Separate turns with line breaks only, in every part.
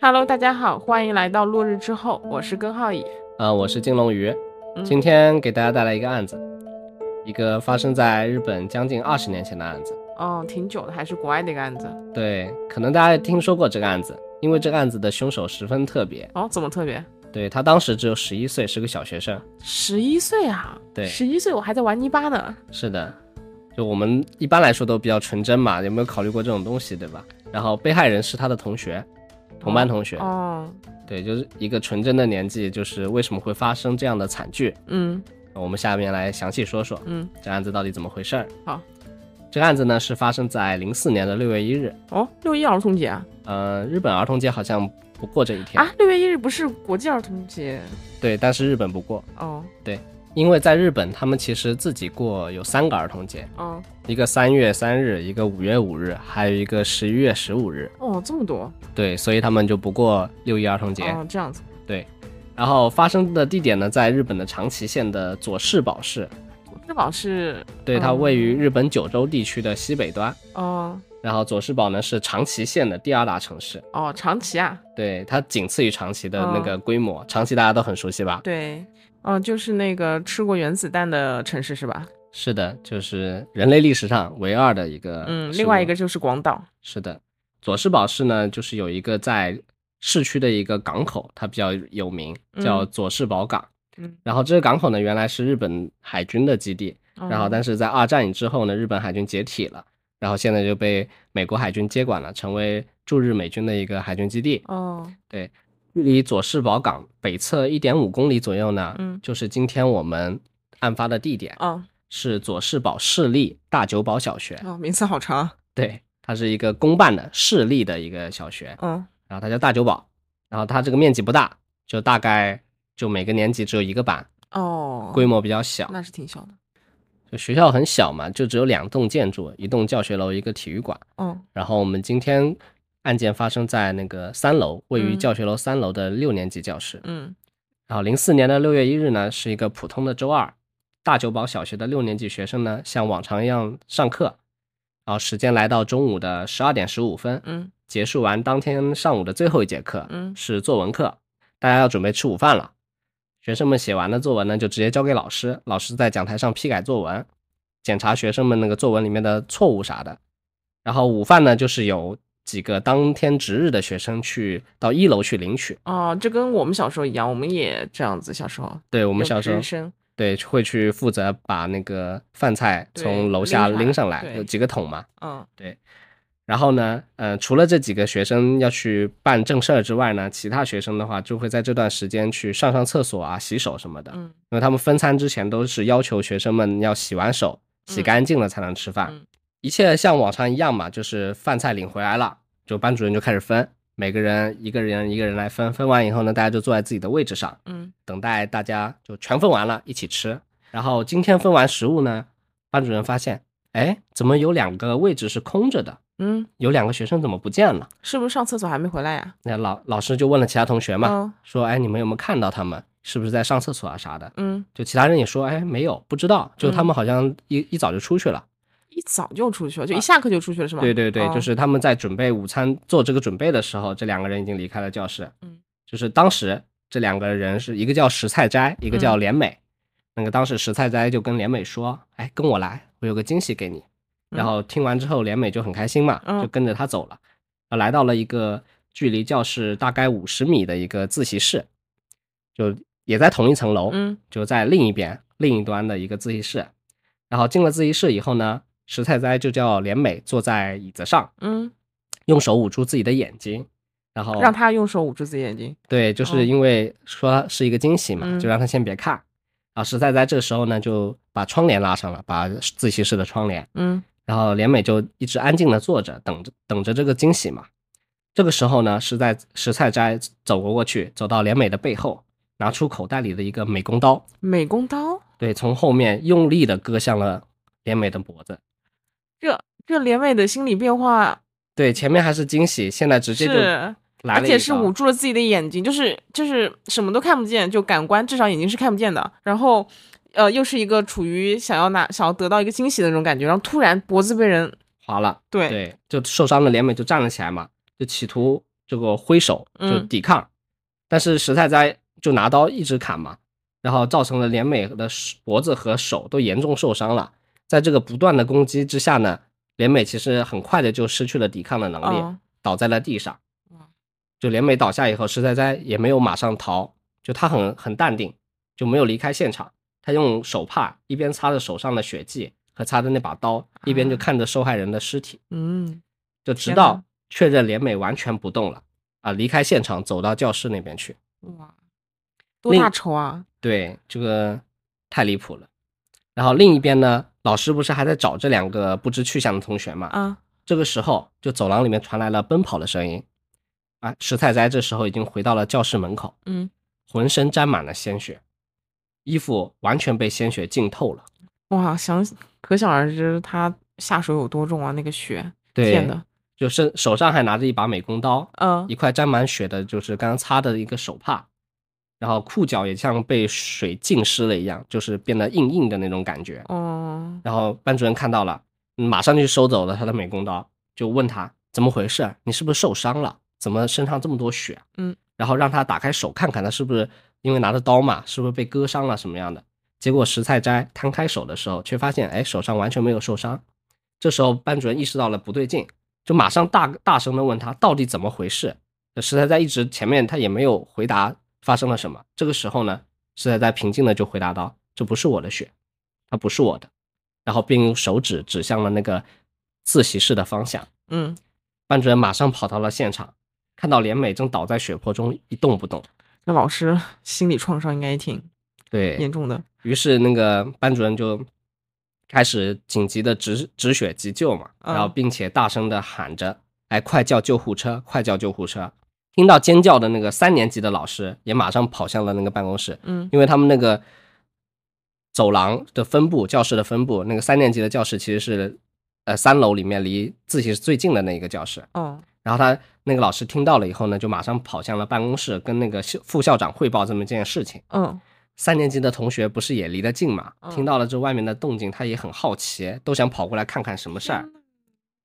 Hello，大家好，欢迎来到落日之后，我是根浩乙。
呃，我是金龙鱼，
嗯
今天给大家带来一个案子，一个发生在日本将近二十年前的案子。
哦，挺久的，还是国外的一个案子。
对，可能大家也听说过这个案子，因为这个案子的凶手十分特别。
哦，怎么特别？
对他当时只有十一岁，是个小学生。
十一岁啊！
对
十一岁我还在玩泥巴呢。
是的，就我们一般来说都比较纯真嘛，有没有考虑过这种东西，对吧？然后被害人是他的同学，同班同学。
哦，
对，就是一个纯真的年纪，就是为什么会发生这样的惨剧？
嗯
我们下面来详细说说。
嗯，
这案子到底怎么回事儿？
好，
这个案子呢是发生在零四年的六月一日，
哦，六一儿童节啊！
呃，日本儿童节好像不过这一天，
啊，六月一日不是国际儿童节
对，但是日本不过，
哦
因为在日本他们其实自己过有三个儿童节，
哦
一个三月三日，一个五月五日，还有一个十一月十五日，
哦，这么多
对，所以他们就不过六一儿童节，
哦，这样子。
对。然后发生的地点呢，在日本的长崎县的佐世保市，
这宝是
对，它
嗯
位于日本九州地区的西北端。
哦
然后佐世保呢是长崎县的第二大城市，
哦长崎啊，
对，它仅次于长崎的那
哦
个规模。长崎大家都很熟悉吧？
对，嗯、就是那个吃过原子弹的城市是吧？
是的，就是人类历史上唯二的一个。
嗯，另外一个。就是广岛。
是的，佐世保市呢，就是有一个在市区的一个港口，它比较有名，
嗯
叫佐世保港。
嗯，
然后这个港口呢，原来是日本海军的基地，然后
嗯
但是在二战之后呢，日本海军解体了，然后现在就被美国海军接管了，成为驻日美军的一个海军基地。
哦
对，距离佐世保港北侧一点五公里左右呢，
嗯
就是今天我们案发的地点
哦
是佐世保市立大久保小学，
哦，名字好长啊。
对，它是一个公办的市立的一个小学，
嗯
然后它叫大久保，然后它这个面积不大，就大概就每个年级只有一个班，
哦，
规模比较小，
那是挺小的。
就学校很小嘛，就只有两栋建筑，一栋教学楼，一个体育馆。
嗯
然后我们今天案件发生在那个三楼，位于
嗯
教学楼三楼的六年级教室。
嗯
然啊后零四年的六月一日呢，是一个普通的周二，大久保小学的六年级学生呢，像往常一样上课，然后时间来到中午的十二点十五分，
嗯
结束完当天上午的最后一节课，
嗯
是作文课，大家要准备吃午饭了。学生们写完的作文呢，就直接交给老师，老师在讲台上批改作文，检查学生们那个作文里面的错误啥的。然后午饭呢，就是有几个当天值日的学生去到一楼去领取。
哦，这跟我们小时候一样，我们也这样子。小时候，
对我
我
们小时候，
生
对，会去负责把那个饭菜
对
从楼下
拎上来
拎上来，
对
有几个桶嘛。
嗯
然后呢，呃，除了这几个学生要去办正事儿之外呢，其他学生的话就会在这段时间去上上厕所啊、洗手什么的，因
嗯
为他们分餐之前都是要求学生们要洗完手、
嗯
洗干净了才能吃饭。
嗯
一切像往常一样嘛，就是饭菜领回来了，就班主任就开始分，每个人一个人一个人来分，分完以后呢，大家就坐在自己的位置上，
嗯
等待大家就全分完了，一起吃。然后今天分完食物呢，班主任发现，哎，怎么有两个位置是空着的？
嗯，
有两个学生怎么不见了？
是不是上厕所还没回来呀？
那老老师就问了其他同学嘛，
嗯
说，哎，你们有没有看到他们？是不是在上厕所啊啥的？
嗯，
就其他人也说，哎，没有，不知道。就他
嗯
们好像一、一早就出去了。
一早就出去了，就一下课就出去了是吗？
啊对对对，
哦
就是他们在准备午餐做这个准备的时候，这两个人已经离开了教室。
嗯，
就是当时这两个人是一个叫石菜斋，一
嗯
个叫莲美。那个当时石菜斋就跟莲美说：“哎，跟我来，我有个惊喜给你。”
嗯
然后听完之后，莲美就很开心嘛，
嗯
就跟着他走了，呃来到了一个距离教室大概五十米的一个自习室，就也在同一层楼。
嗯
就在另一边另一端的一个自习室。然后进了自习室以后呢，石菜斋就叫莲美坐在椅子上，
嗯，
用手捂住自己的眼睛，然后
让他用手捂住自己眼睛。
对，
哦
就是因为说是一个惊喜嘛，
嗯
就让他先别看。然后石菜斋这个时候呢，就把窗帘拉上了，把自习室的窗帘，
嗯
然后莲美就一直安静的坐着，等着等着这个惊喜嘛。这个时候呢，石在石菜斋走过过去，走到莲美的背后，拿出口袋里的一个美工刀，
美工刀，
对，从后面用力的割向了莲美的脖子。
这这连妹的心理变化。
对，前面还是惊喜，现在直接就是来
而
了一
且是
刀
捂住了自己的眼睛，就是就是什么都看不见，就感官至少眼睛是看不见的。然后，呃，又是一个处于想要拿想要得到一个惊喜的那种感觉，然后突然脖子被人
划了，
对
对，就受伤的莲美就站了起来嘛，就企图这个挥手就
嗯
抵抗，但是石太哉就拿刀一直砍嘛，然后造成了连美的手脖子和手都严重受伤了。在这个不断的攻击之下呢，连美其实很快的就失去了抵抗的能力，
嗯
倒在了地上
嗯。
就连美倒下以后，石在在也没有马上逃，就他很很淡定，就没有离开现场。他用手帕一边擦着手上的血迹和擦着那把刀，一
啊
边就看着受害人的尸体，
嗯，
就直
天
到
哪
确认连美完全不动了啊，离开现场，走到教室那边去。
哇，多
另
大仇啊！
对，这个太离谱了。然后另一边呢，老师不是还在找这两个不知去向的同学嘛？
啊，
这个时候，就走廊里面传来了奔跑的声音。啊，石太哉这时候已经回到了教室门口，
嗯，
浑身沾满了鲜血，衣服完全被鲜血浸透了。
哇，想可想而知他下手有多重啊！那个血，
对
天，呐，
就是手上还拿着一把美工刀，
嗯
一块沾满血的，就是刚刚擦的一个手帕，然后裤脚也像被水浸湿了一样，就是变得硬硬的那种感觉。
哦，
然后班主任看到了，嗯马上就收走了他的美工刀，就问他怎么回事，你是不是受伤了？怎么身上这么多血？啊
嗯，
然后让他打开手看看他是不是因为拿着刀嘛，是不是被割伤了什么样的？结果石菜斋摊开手的时候，却发现哎手上完全没有受伤。这时候班主任意识到了不对劲，就马上大大声的问他到底怎么回事。石菜斋一直前面他也没有回答发生了什么。这个时候呢，石菜斋平静的就回答道：“这不是我的血，它不是我的。”然后并用手指指向了那个自习室的方向。
嗯，
班主任马上跑到了现场，看到连美正倒在血泊中一动不动。
那老师心理创伤应该也挺
对
严重的。
于是，那个班主任就开始紧急的止止血急救嘛，
嗯
然后并且大声的喊着：“哎，快叫救护车！快叫救护车！”听到尖叫的那个三年级的老师也马上跑向了那个办公室，
嗯
因为他们那个走廊的分布、教室的分布，那个三年级的教室其实是呃三楼里面离自习室最近的那一个教室。
哦，
然后他那个老师听到了以后呢，就马上跑向了办公室，跟那个校副校长汇报这么一件事情。
嗯
三年级的同学不是也离得近嘛，
嗯
听到了这外面的动静，他也很好奇，都想跑过来看看什么事儿
天。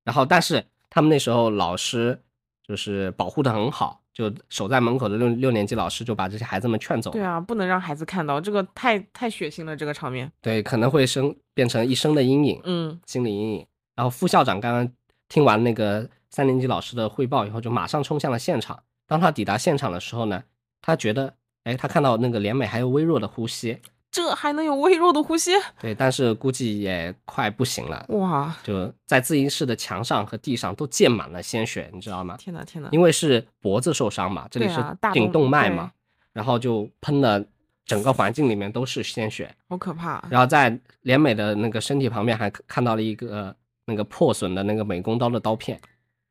然后，但是他们那时候老师就是保护的很好，就守在门口的六六年级老师就把这些孩子们劝走了
对啊，不能让孩子看到这个太太血腥了，这个场面。
对，可能会生变成一生的阴影，
嗯
心理阴影。然后副校长刚刚听完那个三年级老师的汇报以后，就马上冲向了现场。当他抵达现场的时候呢，他觉得，哎，他看到那个连美还有微弱的呼吸，
这还能有微弱的呼吸？
对，但是估计也快不行了，
哇，
就在自习室的墙上和地上都溅满了鲜血，你知道吗？
天呐天呐！
因为是脖子受伤嘛，这里
对
是
啊大
颈
动
动脉
对
嘛，然后就喷了，整个环境里面都是鲜血。
好可怕。
然后在连美的那个身体旁边还看到了一个呃那个破损的那个美工刀的刀片，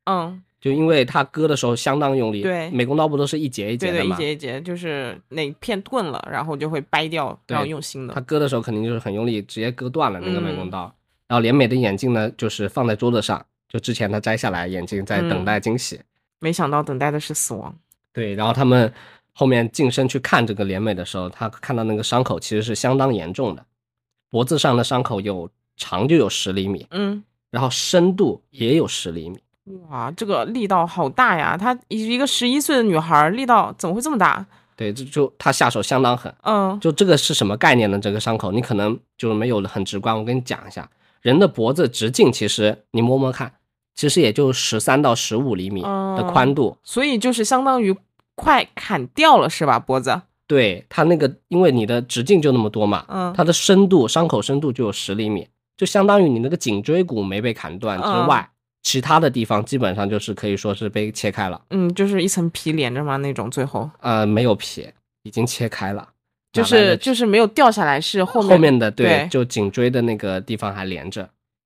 嗯，
就因为他割的时候相当用力，
对
美工刀不都是一节一
对
节的
对，一
嘛，
节一节就是哪片钝了，然后就会掰掉，
对
然后用新
他
的。
割的时候肯定就是很用力，直接割断了那个美工
嗯
刀。然后连美的眼镜呢，就是放在桌子上，就之前他摘下来眼镜在等
嗯
待惊喜。
没想到等待的是死亡。
对，然后他们后面近身去看这个连美的时候，他看到那个伤口其实是相当严重的，脖子上的伤口有长就有十厘米，
嗯，
然后深度也有十厘米。
哇，这个力道好大呀！她一个十一岁的女孩儿，力道怎么会这么大？
对，这就他下手相当狠。
嗯
就这个是什么概念呢？这个伤口你可能就是没有很直观。我跟你讲一下，人的脖子直径其实你摸摸看，其实也就十三到十五厘米的
哦
宽度。
所以就是相当于快砍掉了是吧？脖子，
对它那个，因为你的直径就那么多嘛，
嗯
它的深度伤口深度就有十厘米，就相当于你那个颈椎骨没被砍断之
嗯
外，其他的地方基本上就是可以说是被切开了，
嗯，就是一层皮连着嘛那种，最后
呃，没有皮，已经切开了，
就
哪来的
是就是没有掉下来，是后面
后面的对，
对
就颈椎的那个地方还连着，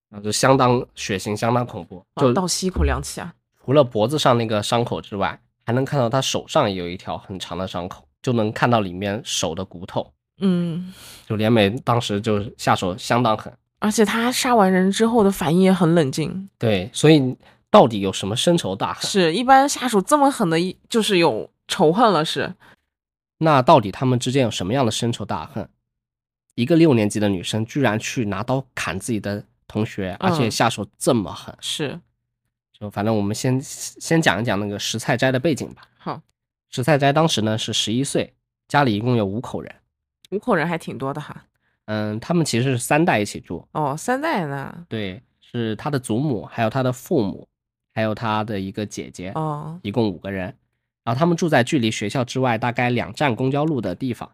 然后就相当血腥，相当恐怖。
哇
就
倒吸一口凉气啊！
除了脖子上那个伤口之外，还能看到他手上也有一条很长的伤口，就能看到里面手的骨头。
嗯，
就连美当时就是下手相当狠，
而且她杀完人之后的反应也很冷静，
对，所以到底有什么深仇大恨？
是一般下手这么狠的，一就是有仇恨了，是
那到底他们之间有什么样的深仇大恨？一个六年级的女生居然去拿刀砍自己的同学，而且
嗯
下手这么狠，
是，
就反正我们先先讲一讲那个石菜斋的背景吧。
好，
石菜斋当时呢是十一岁，家里一共有五口人，
五口人还挺多的哈。
嗯，他们其实是三代一起住，
哦，三代呢？
对，是他的祖母，还有他的父母，还有他的一个姐姐，
哦，
一共五个人。然后他们住在距离学校之外大概两站公交路的地方，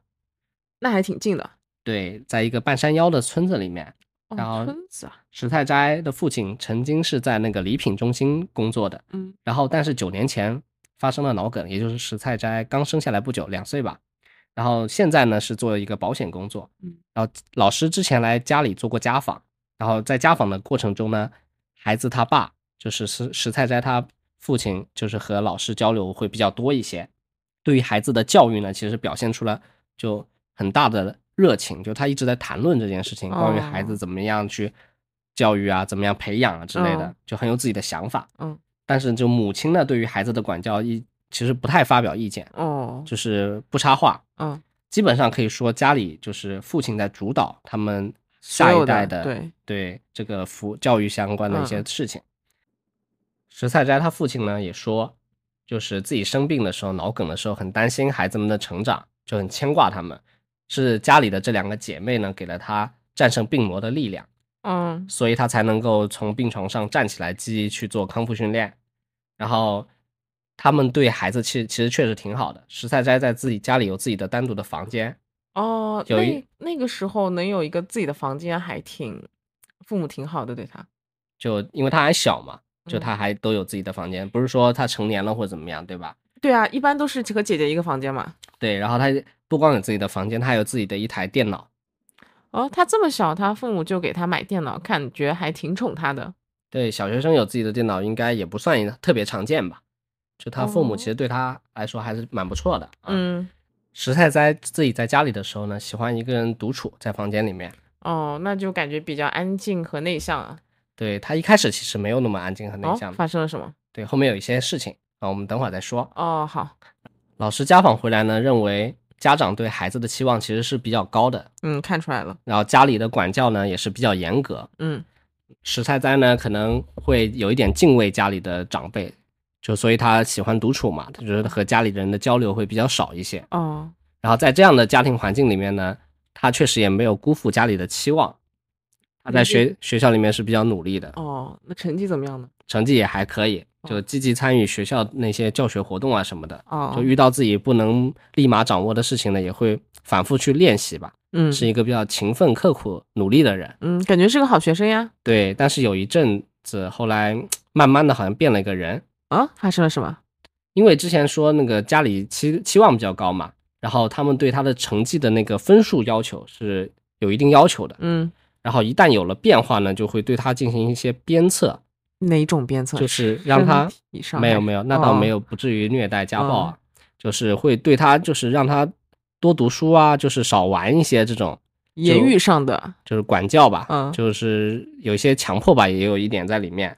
那还挺近的。
对，在一个半山腰的村子里面。
哦
然后，
村子啊，
石太斋的父亲曾经是在那个礼品中心工作的，
嗯，
然后但是九年前发生了脑梗，也就是石菜斋刚生下来不久，两岁吧。然后现在呢是做一个保险工作，
嗯，
然后老师之前来家里做过家访，然后在家访的过程中呢，孩子他爸就是石石菜斋他父亲，就是和老师交流会比较多一些，对于孩子的教育呢，其实表现出了就很大的热情，就他一直在谈论这件事情，关于孩子
哦
怎么样去教育啊，怎么样培养啊之类的
嗯，
就很有自己的想法。
嗯，
但是就母亲呢，对于孩子的管教一其实不太发表意见，
哦，
就是不插话。
嗯，
基本上可以说家里就是父亲在主导他们
所
下一
有
代
的对，
对这个服教育相关的一些
嗯
事情。石菜斋他父亲呢也说，就是自己生病的时候脑梗的时候很担心孩子们的成长，就很牵挂他们。是家里的这两个姐妹呢，给了他战胜病魔的力量。
嗯，
所以他才能够从病床上站起来，积极去做康复训练。然后他们对孩子其实其实确实挺好的。石菜斋在自己家里有自己的单独的房间，
哦，
有一
那那个时候能有一个自己的房间，还挺父母挺好的，对他。
就因为他还小嘛，就
嗯
他还都有自己的房间，不是说他成年了或者怎么样，对吧？
对啊，一般都是和姐姐一个房间嘛。
对，然后他不光有自己的房间，他还有自己的一台电脑。
哦，他这么小，他父母就给他买电脑，感觉还挺宠他的。
对，小学生有自己的电脑应该也不算特别常见吧。就他父母
哦
其实对他来说还是蛮不错的啊。
嗯，
石菜斋自己在家里的时候呢，喜欢一个人独处，在房间里面。
哦，那就感觉比较安静和内向啊。
对他一开始其实没有那么安静和内
哦
向，的，
发生了什么？
对后面有一些事情啊，我们等会儿再说。
哦，好，
老师家访回来呢，认为家长对孩子的期望其实是比较高的，
嗯，看出来了，
然后家里的管教呢也是比较严格。
嗯，
石菜斋呢可能会有一点敬畏家里的长辈，就所以他喜欢独处嘛，他觉得和家里人的交流会比较少一些。
哦，
然后在这样的家庭环境里面呢，他确实也没有辜负家里的期望，他在
理解
学学校里面是比较努力的。
哦，那成绩怎么样呢？
成绩也还可以，
哦
就积极参与学校那些教学活动啊什么的。
哦，
就遇到自己不能立马掌握的事情呢，也会反复去练习吧。
嗯
是一个比较勤奋、刻苦、努力的人。
嗯，感觉是个好学生呀。
对，但是有一阵子后来，嗯慢慢的好像变了一个人，
啊，发生了什么？
因为之前说那个家里期期望比较高嘛，然后他们对他的成绩的那个分数要求是有一定要求的。
嗯，
然后一旦有了变化呢，就会对他进行一些鞭策，
哪种鞭策？
就是让 他
身体上
没有
还是
没有，那倒没。
哦
有，不至于虐待家暴啊，就是会对他就是让他多读书啊，就是少玩一些这种，
言语上的，
就是管教吧，
嗯
就是有一些强迫吧，也有一点在里面。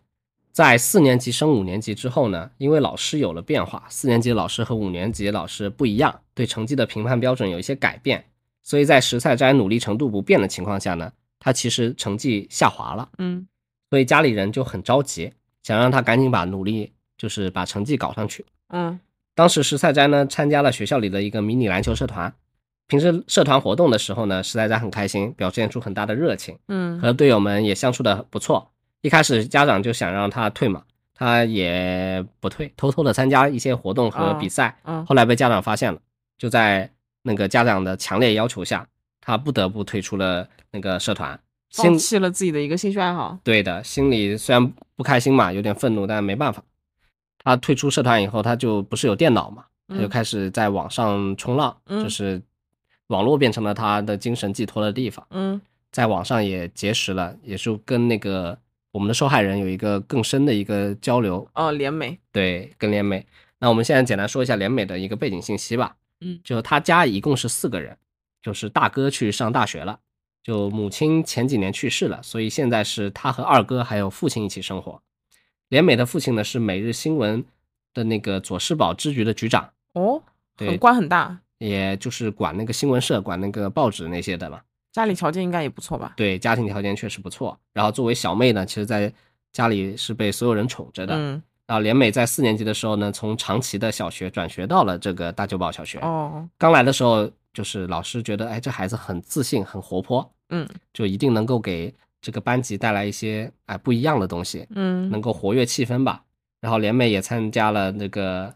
在四年级升五年级之后呢，因为老师有了变化，四年级老师和五年级老师不一样，对成绩的评判标准有一些改变，所以在石菜斋努力程度不变的情况下呢，他其实成绩下滑了。
嗯，
所以家里人就很着急，想让他赶紧把努力，就是把成绩搞上去。
嗯，
当时石菜斋呢参加了学校里的一个迷你篮球社团，平时社团活动的时候呢，石菜斋很开心，表现出很大的热情，
嗯，
和队友们也相处的不错。一开始家长就想让他退嘛，他也不退，偷偷的参加一些活动和比赛。
嗯，
后来被家长发现了，就在那个家长的强烈要求下，他不得不退出了那个社团。
放
心
弃了自己的一个兴趣爱好。
对的，心里虽然不开心嘛，有点愤怒，但没办法。他退出社团以后，他就不是有电脑嘛，他就
嗯
开始在网上冲浪，
嗯
就是网络变成了他的精神寄托的地方，
嗯，
在网上也结识了，也是跟那个我们的受害人有一个更深的一个交流，
哦，联美，
对，跟联美。那我们现在简单说一下联美的一个背景信息吧。
嗯
就他家一共是四个人，就是大哥去上大学了，就母亲前几年去世了，所以现在是他和二哥还有父亲一起生活。联美的父亲呢是每日新闻的那个佐世保支局的局长，
哦，
对
很官很大，
也就是管那个新闻社、管那个报纸那些的嘛。
家里条件应该也不错吧？
对，家庭条件确实不错。然后作为小妹呢，其实在家里是被所有人宠着的。
嗯，
然后连美在四年级的时候呢，从长崎的小学转学到了这个大久保小学。
哦，
刚来的时候，就是老师觉得，哎，这孩子很自信，很活泼，
嗯
就一定能够给这个班级带来一些哎不一样的东西，能
嗯
够活跃气氛吧。然后连美也参加了那个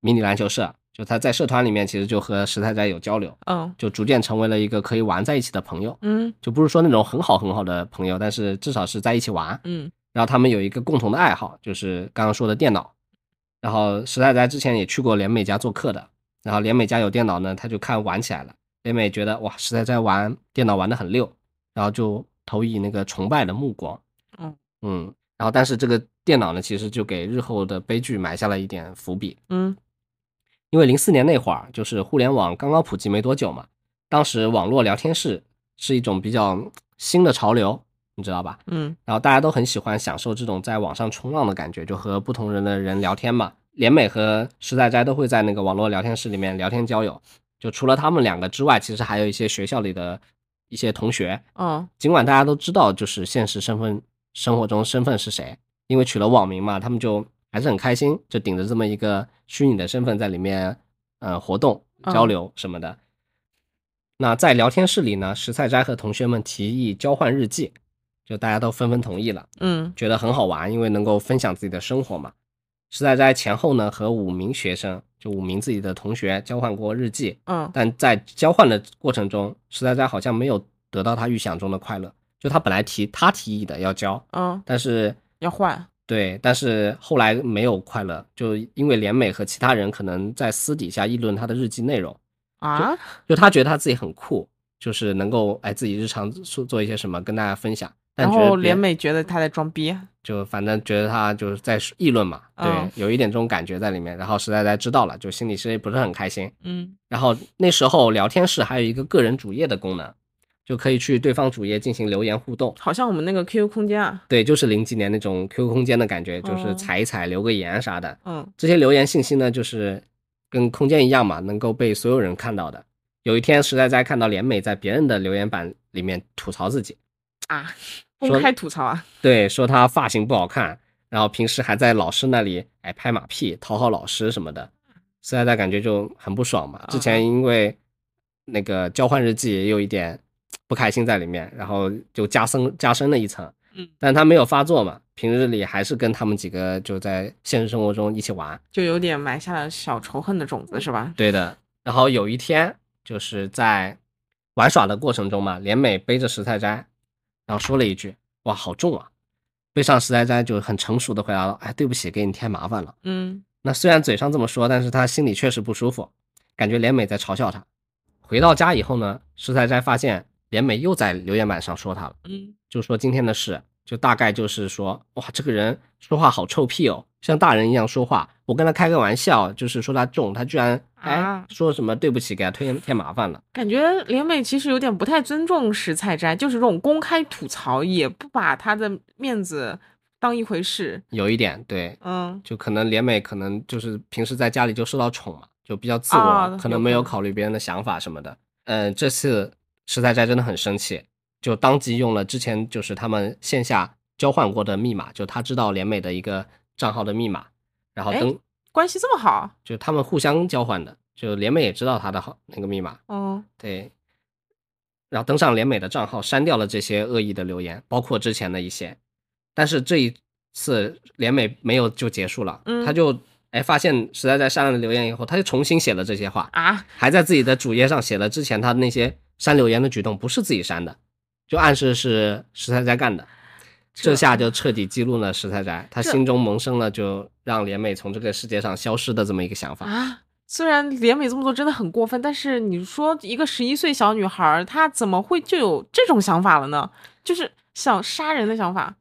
迷你篮球社，就她在社团里面其实就和石太斋有交流，
嗯
就逐渐成为了一个可以玩在一起的朋友，
嗯
就不是说那种很好很好的朋友，但是至少是在一起玩。
嗯
然后他们有一个共同的爱好，就是刚刚说的电脑。然后石太斋之前也去过连美家做客的，然后连美家有电脑呢，他就看玩起来了。连美觉得哇，石太斋玩电脑玩的很溜，然后就投以那个崇拜的目光。
嗯
嗯，然后但是这个电脑呢，其实就给日后的悲剧埋下了一点伏笔。
嗯
因为零四年那会儿就是互联网刚刚普及没多久嘛，当时网络聊天室是一种比较嗯新的潮流，你知道吧？
嗯
然后大家都很喜欢享受这种在网上冲浪的感觉，就和不同人的人聊天嘛。连美和石在斋都会在那个网络聊天室里面聊天交友，就除了他们两个之外，其实还有一些学校里的一些同学。
哦，
尽管大家都知道，就是现实身份生活中身份是谁，因为取了网名嘛，他们就还是很开心，就顶着这么一个虚拟的身份在里面，呃，活动
嗯
交流什么的。那在聊天室里呢，石菜斋和同学们提议交换日记，就大家都纷纷同意了，
嗯
觉得很好玩，因为能够分享自己的生活嘛。石菜斋前后呢和五名学生，就五名自己的同学交换过日记，
嗯
但在交换的过程中，石在斋好像没有得到他预想中的快乐。就他本来提他提议的要交，
嗯，
但是
要换，
对，但是后来没有快乐，就因为连美和其他人可能在私底下议论他的日记内容，
啊，
就他觉得他自己很酷，就是能够哎自己日常做做一些什么跟大家分享，但
然
觉得
后
别
连美觉得他在装逼，
就反正觉得他就是在议论嘛，对，
嗯
有一点这种感觉在里面。然后石在斋知道了，就心里其实不是很开心，
嗯
然后那时候聊天室还有一个个人主页的功能，就可以去对方主页进行留言互动。
好像我们那个 QQ 空间啊，
对，就是零几年那种 QQ 空间的感觉，就是
哦
踩一踩留个言啥的。
嗯
这些留言信息呢，就是跟空间一样嘛，能够被所有人看到的。有一天，实在在看到连美在别人的留言板里面吐槽自己，
啊，
说
公开吐槽啊，
对，说她发型不好看，然后平时还在老师那里哎拍马屁，讨好老师什么的。实在在感觉就很不爽嘛。之前因为那个交换日记也有一点不开心在里面，然后就加深加深了一层。
嗯，
但他没有发作嘛，平日里还是跟他们几个就在现实生活中一起玩。
就有点埋下了小仇恨的种子，是吧？
对的。然后有一天就是在玩耍的过程中嘛，连美背着石菜斋，然后说了一句：“哇，好重啊！”背上石菜斋就很成熟的回答了：“哎，对不起，给你添麻烦了。”
嗯
那虽然嘴上这么说，但是他心里确实不舒服，感觉连美在嘲笑他。回到家以后呢，石菜斋发现连美又在留言板上说他了，
嗯
就说今天的事，就大概就是说，哇，这个人说话好臭屁哦，像大人一样说话。我跟他开个玩笑，就是说他重，他居然哎
啊
说什么对不起，给他添添麻烦了。
感觉连美其实有点不太尊重石菜斋，就是这种公开吐槽，也不把他的面子当一回事。
有一点对，
嗯
就可能连美可能就是平时在家里就受到宠嘛，就比较自我，
啊
可
有
能没有
可能
考虑别人的想法什么的。嗯，这次石在斋真的很生气，就当即用了之前就是他们线下交换过的密码，就他知道连美的一个账号的密码，然后
哎
登
关系这么好，
就他们互相交换的，就连美也知道他的号那个密码，
嗯
对。然后登上连美的账号，删掉了这些恶意的留言，包括之前的一些。但是这一次连美没有就结束了，
嗯
他就哎发现实在在删了留言以后，他就重新写了这些话，
啊，
还在自己的主页上写了之前他那些删留言的举动不是自己删的，就暗示是石太斋干的。
这
这下就彻底激怒了石太斋，他
这
心中萌生了就让连美从这个世界上消失的这么一个想法。
啊，虽然连美这么做真的很过分，但是你说一个十一岁小女孩儿，她怎么会就有这种想法了呢？就是想杀人的想法。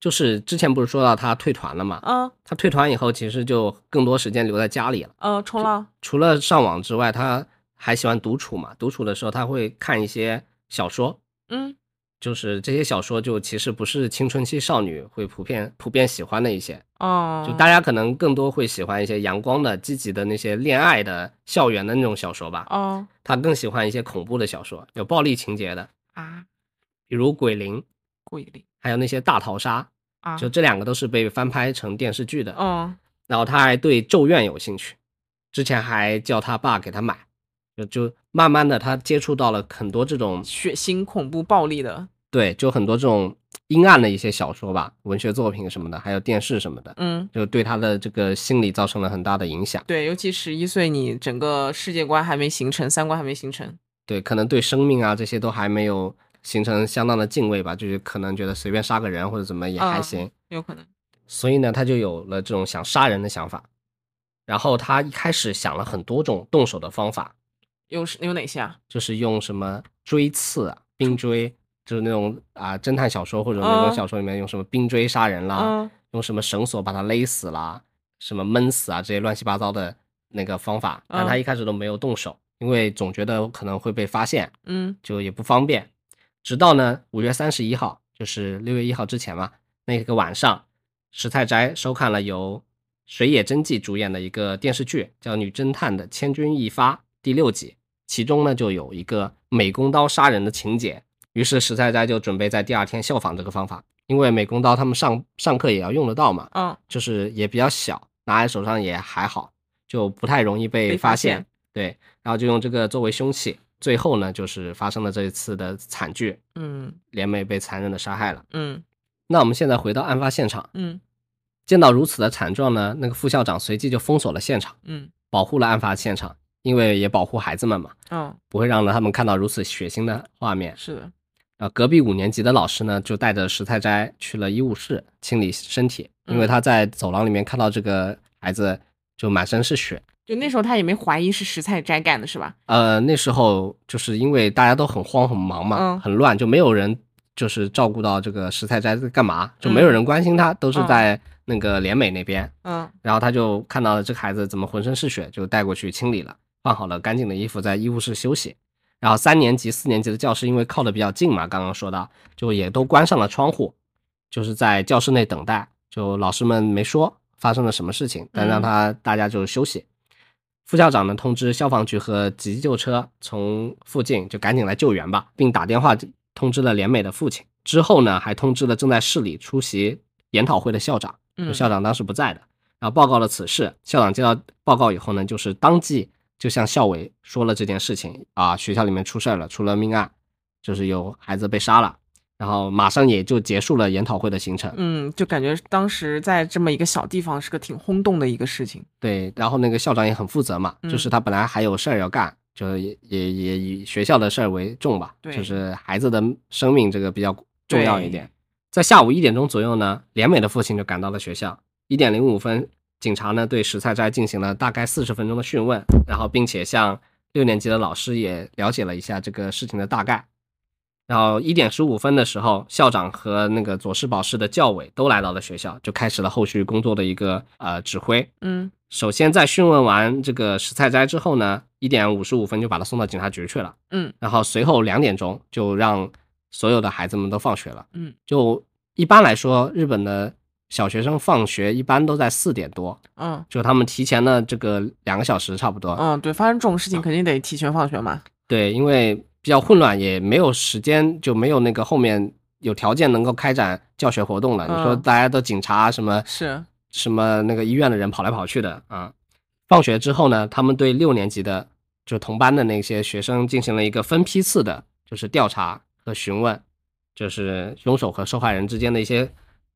就是之前不是说到他退团了嘛？
嗯
他退团以后，其实就更多时间留在家里了。
呃，冲浪，
除了上网之外，他还喜欢独处嘛。独处的时候，他会看一些小说，
嗯
就是这些小说就其实不是青春期少女会普遍普遍喜欢的一些，
哦，
就大家可能更多会喜欢一些阳光的、积极的那些恋爱的、校园的那种小说吧。
哦
他更喜欢一些恐怖的小说，有暴力情节的，
啊，
比如《鬼灵》，
鬼灵
还有那些大逃杀，
啊，
就这两个都是被翻拍成电视剧的。
嗯
然后他还对《咒怨》有兴趣，之前还叫他爸给他买，就就慢慢的他接触到了很多这种
血腥、恐怖、暴力的，
对，就很多这种阴暗的一些小说吧，文学作品什么的，还有电视什么的，
嗯，
就对他的这个心理造成了很大的影响。
对，尤其十一岁，你整个世界观还没形成，三观还没形成，
对，可能对生命啊这些都还没有形成相当的敬畏吧，就是可能觉得随便杀个人或者怎么也还
嗯
行。
有可能，
所以呢，他就有了这种想杀人的想法。然后他一开始想了很多种动手的方法，
有有哪些啊？
就是用什么锥刺啊、冰锥，就是那种啊侦探小说或者那
嗯
种小说里面用什么冰锥杀人啦，
嗯
用什么绳索把他勒死啦，什么闷死啊这些乱七八糟的那个方法。但他
嗯
一开始都没有动手，因为总觉得可能会被发现。
嗯
就也不方便。直到呢五月三十一号，就是六月一号之前嘛，那个晚上，石菜斋收看了由水野真纪主演的一个电视剧，叫《女侦探的千钧一发》第六集，其中呢就有一个美工刀杀人的情节。于是石菜斋就准备在第二天效仿这个方法，因为美工刀他们上上课也要用得到嘛，
嗯，
就是也比较小，拿在手上也还好，就不太容易被
被
发
发
现。
现
对，然后就用这个作为凶器。最后呢，就是发生了这一次的惨剧，
嗯
莲美被残忍的杀害了。
嗯
那我们现在回到案发现场，
嗯
见到如此的惨状呢，那个副校长随即就封锁了现场，
嗯
保护了案发现场，因为也保护孩子们嘛，
嗯，
不会让他们看到如此血腥的画面。
是的，
呃，隔壁五年级的老师呢，就带着石太斋去了医务室清理身体，因为
嗯
他在走廊里面看到这个孩子就满身是血。
就那时候他也没怀疑是石菜斋干的，是吧？
呃，那时候就是因为大家都很慌很忙嘛，
嗯
很乱，就没有人就是照顾到这个石菜斋在干嘛，就没有
嗯
人关心他，都是
嗯
在那个联美那边。
嗯
然后他就看到了这个孩子怎么浑身是血，就带过去清理了，换好了干净的衣服，在医务室休息。然后三年级、四年级的教室因为靠得比较近嘛，刚刚说到，就也都关上了窗户，就是在教室内等待。就老师们没说发生了什么事情，但让
嗯
他大家就休息。副校长呢通知消防局和急救车从附近就赶紧来救援吧，并打电话通知了连美的父亲。之后呢，还通知了正在市里出席研讨会的校长。就
嗯，
校长当时不在的，然后报告了此事。校长接到报告以后呢，就是当即就向校委说了这件事情啊，学校里面出事儿了，出了命案，就是有孩子被杀了，然后马上也就结束了研讨会的行程。
嗯，就感觉当时在这么一个小地方是个挺轰动的一个事情，
对，然后那个校长也很负责嘛，
嗯
就是他本来还有事儿要干，就是也也也以学校的事儿为重吧，
对
就是孩子的生命这个比较重要一
对
点。在下午一点钟左右呢，连美的父亲就赶到了学校。一点零五分，警察呢对石菜斋进行了大概四十分钟的讯问，然后并且向六年级的老师也了解了一下这个事情的大概。然后一点十五分的时候，校长和那个佐世保市的教委都来到了学校，就开始了后续工作的一个呃指挥。
嗯
首先在讯问完这个石菜斋之后呢，一点五十五分就把他送到警察局去了。
嗯
然后随后两点钟就让所有的孩子们都放学了。
嗯，
就一般来说，日本的小学生放学一般都在四点多，
嗯
就他们提前了这个两个小时差不多。
嗯，对，发生这种事情肯定得提前放学嘛，
对，因为比较混乱，也没有时间，就没有那个后面有条件能够开展教学活动了。你说
嗯
大家都警察啊什么
是，
什么那个医院的人跑来跑去的啊。放学之后呢，他们对六年级的就同班的那些学生进行了一个分批次的，就是调查和询问，就是凶手和受害人之间的一些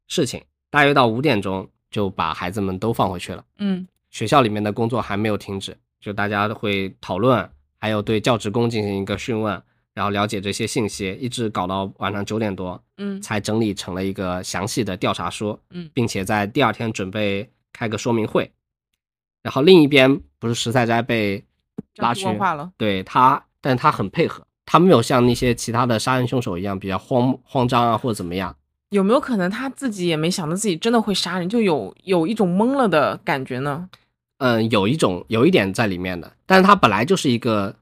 事情。大约到五点钟就把孩子们都放回去了。
嗯
学校里面的工作还没有停止，就大家会讨论，还有对教职工进行一个讯问，然后了解这些信息，一直搞到晚上九点多，
嗯
才整理成了一个详细的调查书，
嗯
并且在第二天准备开个说明会。然后另一边不是石菜斋被
这
拉
样
去
就，光化了，
对他，但他很配合，他没有像那些其他的杀人凶手一样比较慌慌张啊或者怎么样。
有没有可能他自己也没想到自己真的会杀人，就有有一种懵了的感觉呢？
嗯，有一种有一点在里面的，但是他本来就是一个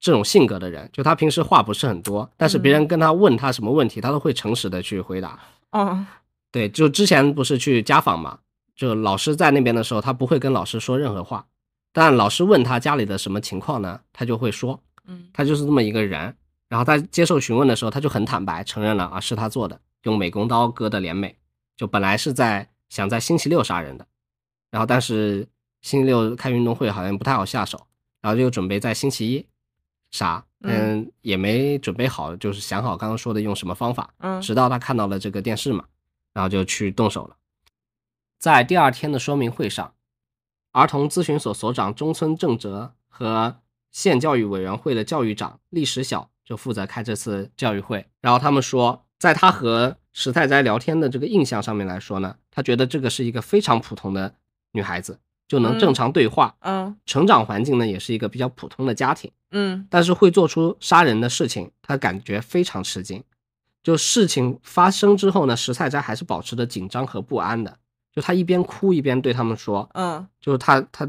这种性格的人，就他平时话不是很多，但是别人跟他问他什么问题，他都会诚实的去回答。
哦，
对，就之前不是去家访嘛，就老师在那边的时候，他不会跟老师说任何话，但老师问他家里的什么情况呢，他就会说，
嗯
他就是这么一个人。然后他接受询问的时候，他就很坦白承认了啊，是他做的，用美工刀割的莲美，就本来是在想在星期六杀人的，然后但是星期六开运动会好像不太好下手，然后就准备在星期一杀，
嗯
嗯，也没准备好，就是想好刚刚说的用什么方法，
嗯
直到他看到了这个电视嘛，然后就去动手了。在第二天的说明会上，儿童咨询所所长中村正哲和县教育委员会的教育长栗石晓就负责开这次教育会。然后他们说，在他和石太斋聊天的这个印象上面来说呢，他觉得这个是一个非常普通的女孩子，就能正常对话，
嗯
成长环境呢也是一个比较普通的家庭。
嗯
但是会做出杀人的事情，他感觉非常吃惊。就事情发生之后呢，石菜斋还是保持着紧张和不安的。就他一边哭一边对他们说，
嗯
就是他他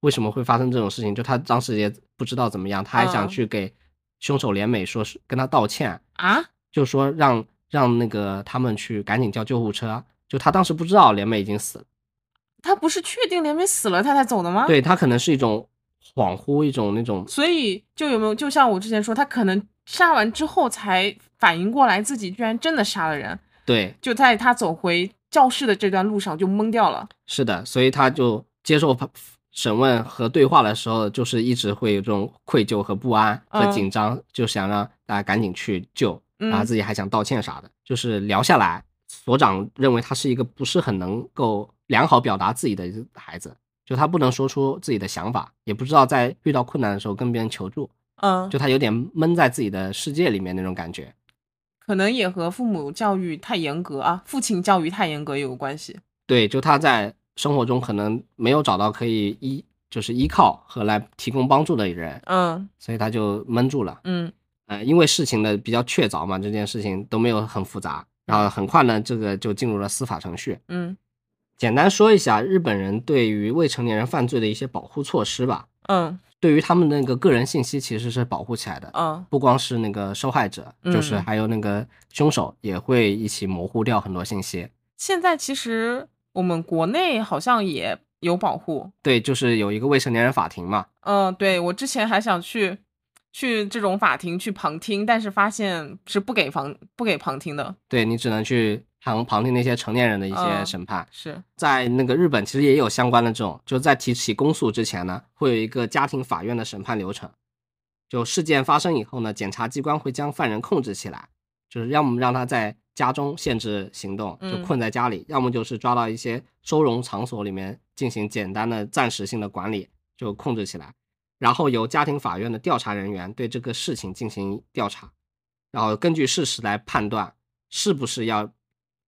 为什么会发生这种事情？就他当时也不知道怎么样，他还想
嗯
去给凶手联美说是跟他道歉，
啊，
就说让让那个他们去赶紧叫救护车。就他当时不知道联美已经死了，
他不是确定连美死了他才走的吗？，
对他可能是一种恍惚，一种那种
所以就有没有就像我之前说，他可能杀完之后才反应过来自己居然真的杀了人，
对
就在他走回教室的这段路上就懵掉了。
是的，所以他就接受他审问和对话的时候，就是一直会有这种愧疚和不安和
嗯
紧张，就想让大家赶紧去救，然后
嗯
自己还想道歉啥的。就是聊下来，所长认为他是一个不是很能够良好表达自己的一个孩子，就他不能说出自己的想法，也不知道在遇到困难的时候跟别人求助，
嗯，
就他有点闷在自己的世界里面那种感觉。
可能也和父母教育太严格啊，父亲教育太严格有关系。
对，就他在生活中可能没有找到可以依就是依靠和来提供帮助的人，
嗯
所以他就闷住了。
嗯
呃，因为事情的比较确凿嘛，这件事情都没有很复杂，然后很快呢，这个就进入了司法程序。
嗯
简单说一下日本人对于未成年人犯罪的一些保护措施吧。
嗯
对于他们的那个个人信息其实是保护起来的，
嗯
不光是那个受害者，就是
嗯
还有那个凶手也会一起模糊掉很多信息。
现在其实我们国内好像也有保护。
对，就是有一个未成年人法庭嘛，
嗯，对我之前还想去去这种法庭去旁听，但是发现是不给旁不给旁听的。
对你只能去旁旁听那些成年人的一些
嗯
审判。
是，
在那个日本其实也有相关的这种，就在提起公诉之前呢，会有一个家庭法院的审判流程。就事件发生以后呢，检察机关会将犯人控制起来，就是要么让他在家中限制行动，就
嗯
困在家里；要么就是抓到一些收容场所里面进行简单的暂时性的管理，就控制起来。然后由家庭法院的调查人员对这个事情进行调查，然后根据事实来判断是不是要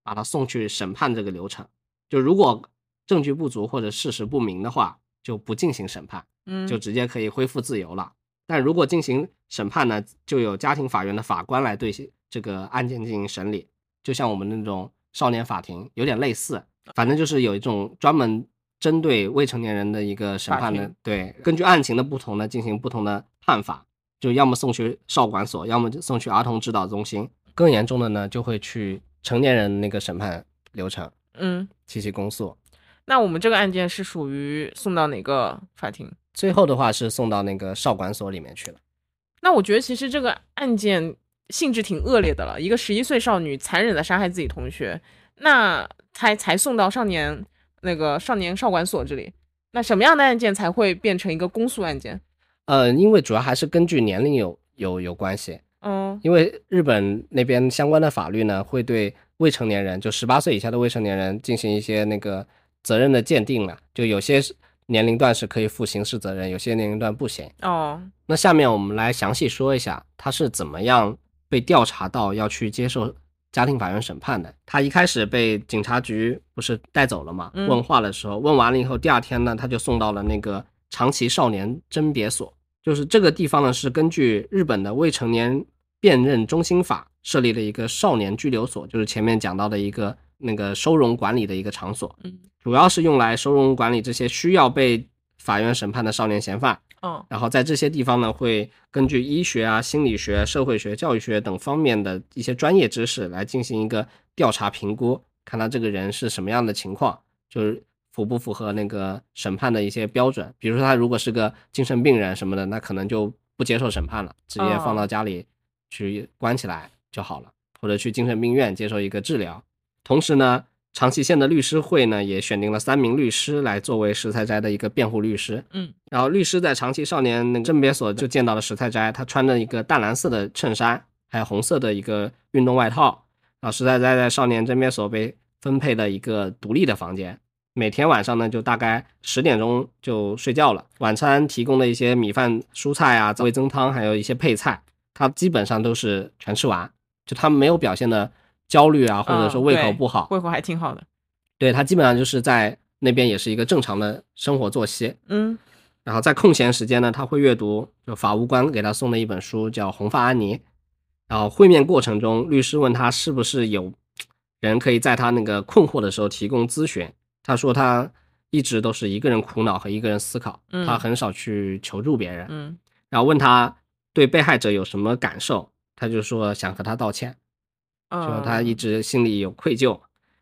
把他送去审判这个流程。就如果证据不足或者事实不明的话，就不进行审判，
嗯，
就直接可以恢复自由了。但如果进行审判呢，就有家庭法院的法官来对这个案件进行审理，就像我们那种少年法庭有点类似，反正就是有一种专门针对未成年人的一个审
法
判的
庭，
对，根据案情的不同呢，进行不同的判法，就要么送去少管所，要么就送去儿童指导中心，更严重的呢，就会去成年人那个审判流程
嗯，
提起公诉。
那我们这个案件是属于送到哪个法庭？
最后的话是送到那个少管所里面去了。
那我觉得其实这个案件性质挺恶劣的了，一个十一岁少女残忍的杀害自己同学，那才才送到少年那个少年少管所这里。那什么样的案件才会变成一个公诉案件？
呃，因为主要还是根据年龄有有有关系，
嗯
因为日本那边相关的法律呢，会对未成年人，就十八岁以下的未成年人进行一些那个责任的鉴定了，就有些是年龄段是可以负刑事责任，有些年龄段不行。
哦
那下面我们来详细说一下他是怎么样被调查到要去接受家庭法院审判的。他一开始被警察局不是带走了嘛？
嗯
问话的时候问完了以后，第二天呢，他就送到了那个长崎少年甄别所，就是这个地方呢是根据日本的未成年辨认中心法设立了一个少年拘留所，就是前面讲到的一个那个收容管理的一个场所，
嗯
主要是用来收容管理这些需要被法院审判的少年嫌犯。
哦
然后在这些地方呢，会根据医学啊、心理学、社会学、教育学等方面的一些专业知识来进行一个调查评估，看他这个人是什么样的情况，就是符不符合那个审判的一些标准。比如说他如果是个精神病人什么的，那可能就不接受审判了，直接放到家里去关起来就好了，或者去精神病院接受一个治疗。同时呢，长崎县的律师会呢，也选定了三名律师来作为石菜斋的一个辩护律师。
嗯，
然后律师在长崎少年那个甄别所就见到了石菜斋，他穿着一个淡蓝色的衬衫，还有红色的一个运动外套。然后石菜啊斋在少年甄别所被分配了一个独立的房间，每天晚上呢就大概十点钟就睡觉了。晚餐提供的一些米饭、蔬菜啊、味增汤，还有一些配菜，他基本上都是全吃完，就他没有表现的焦虑啊，或者说胃口不好。
胃口还挺好的。
对他基本上就是在那边也是一个正常的生活作息。
嗯
然后在空闲时间呢，他会阅读就法务官给他送的一本书，叫《红发安妮》。然后会面过程中，律师问他是不是有人可以在他那个困惑的时候提供咨询。他说他一直都是一个人苦恼和一个人思考，
嗯
他很少去求助别人。
嗯
然后问他对被害者有什么感受，他就说想和他道歉。
嗯，
说他一直心里有愧疚，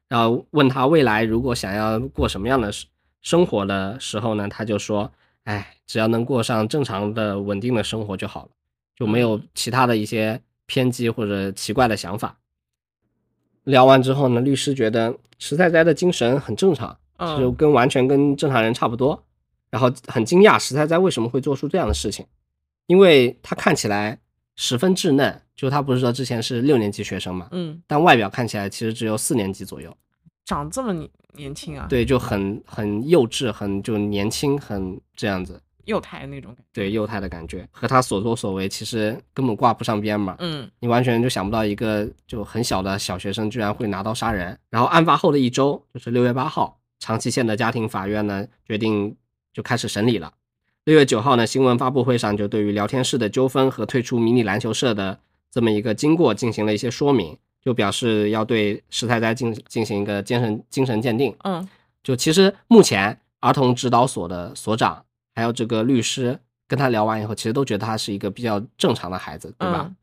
然后问他未来如果想要过什么样的生生活的时候呢，他就说，哎，只要能过上正常的、稳定的生活就好了，就
嗯
没有其他的一些偏激或者奇怪的想法。聊完之后呢，律师觉得石菜斋的精神很正常，就
嗯
跟完全跟正常人差不多，然后很惊讶石菜斋为什么会做出这样的事情，因为他看起来十分稚嫩，就他不是说之前是六年级学生嘛，
嗯，
但外表看起来其实只有四年级左右，
长这么年年轻啊，
对，就很很幼稚，很就年轻，很这样子，
幼态那种感觉。
对幼态的感觉，和他所作所为其实根本挂不上边嘛。
嗯
你完全就想不到一个就很小的小学生居然会拿刀杀人。然后案发后的一周，就是六月八号，长崎县的家庭法院呢决定就开始审理了。六月九号呢，新闻发布会上就对于聊天室的纠纷和退出迷你篮球社的这么一个经过进行了一些说明，就表示要对石太斋进进行一个精神精神鉴定。
嗯
就其实目前儿童指导所的所长还有这个律师跟他聊完以后，其实都觉得他是一个比较正常的孩子，对吧
嗯？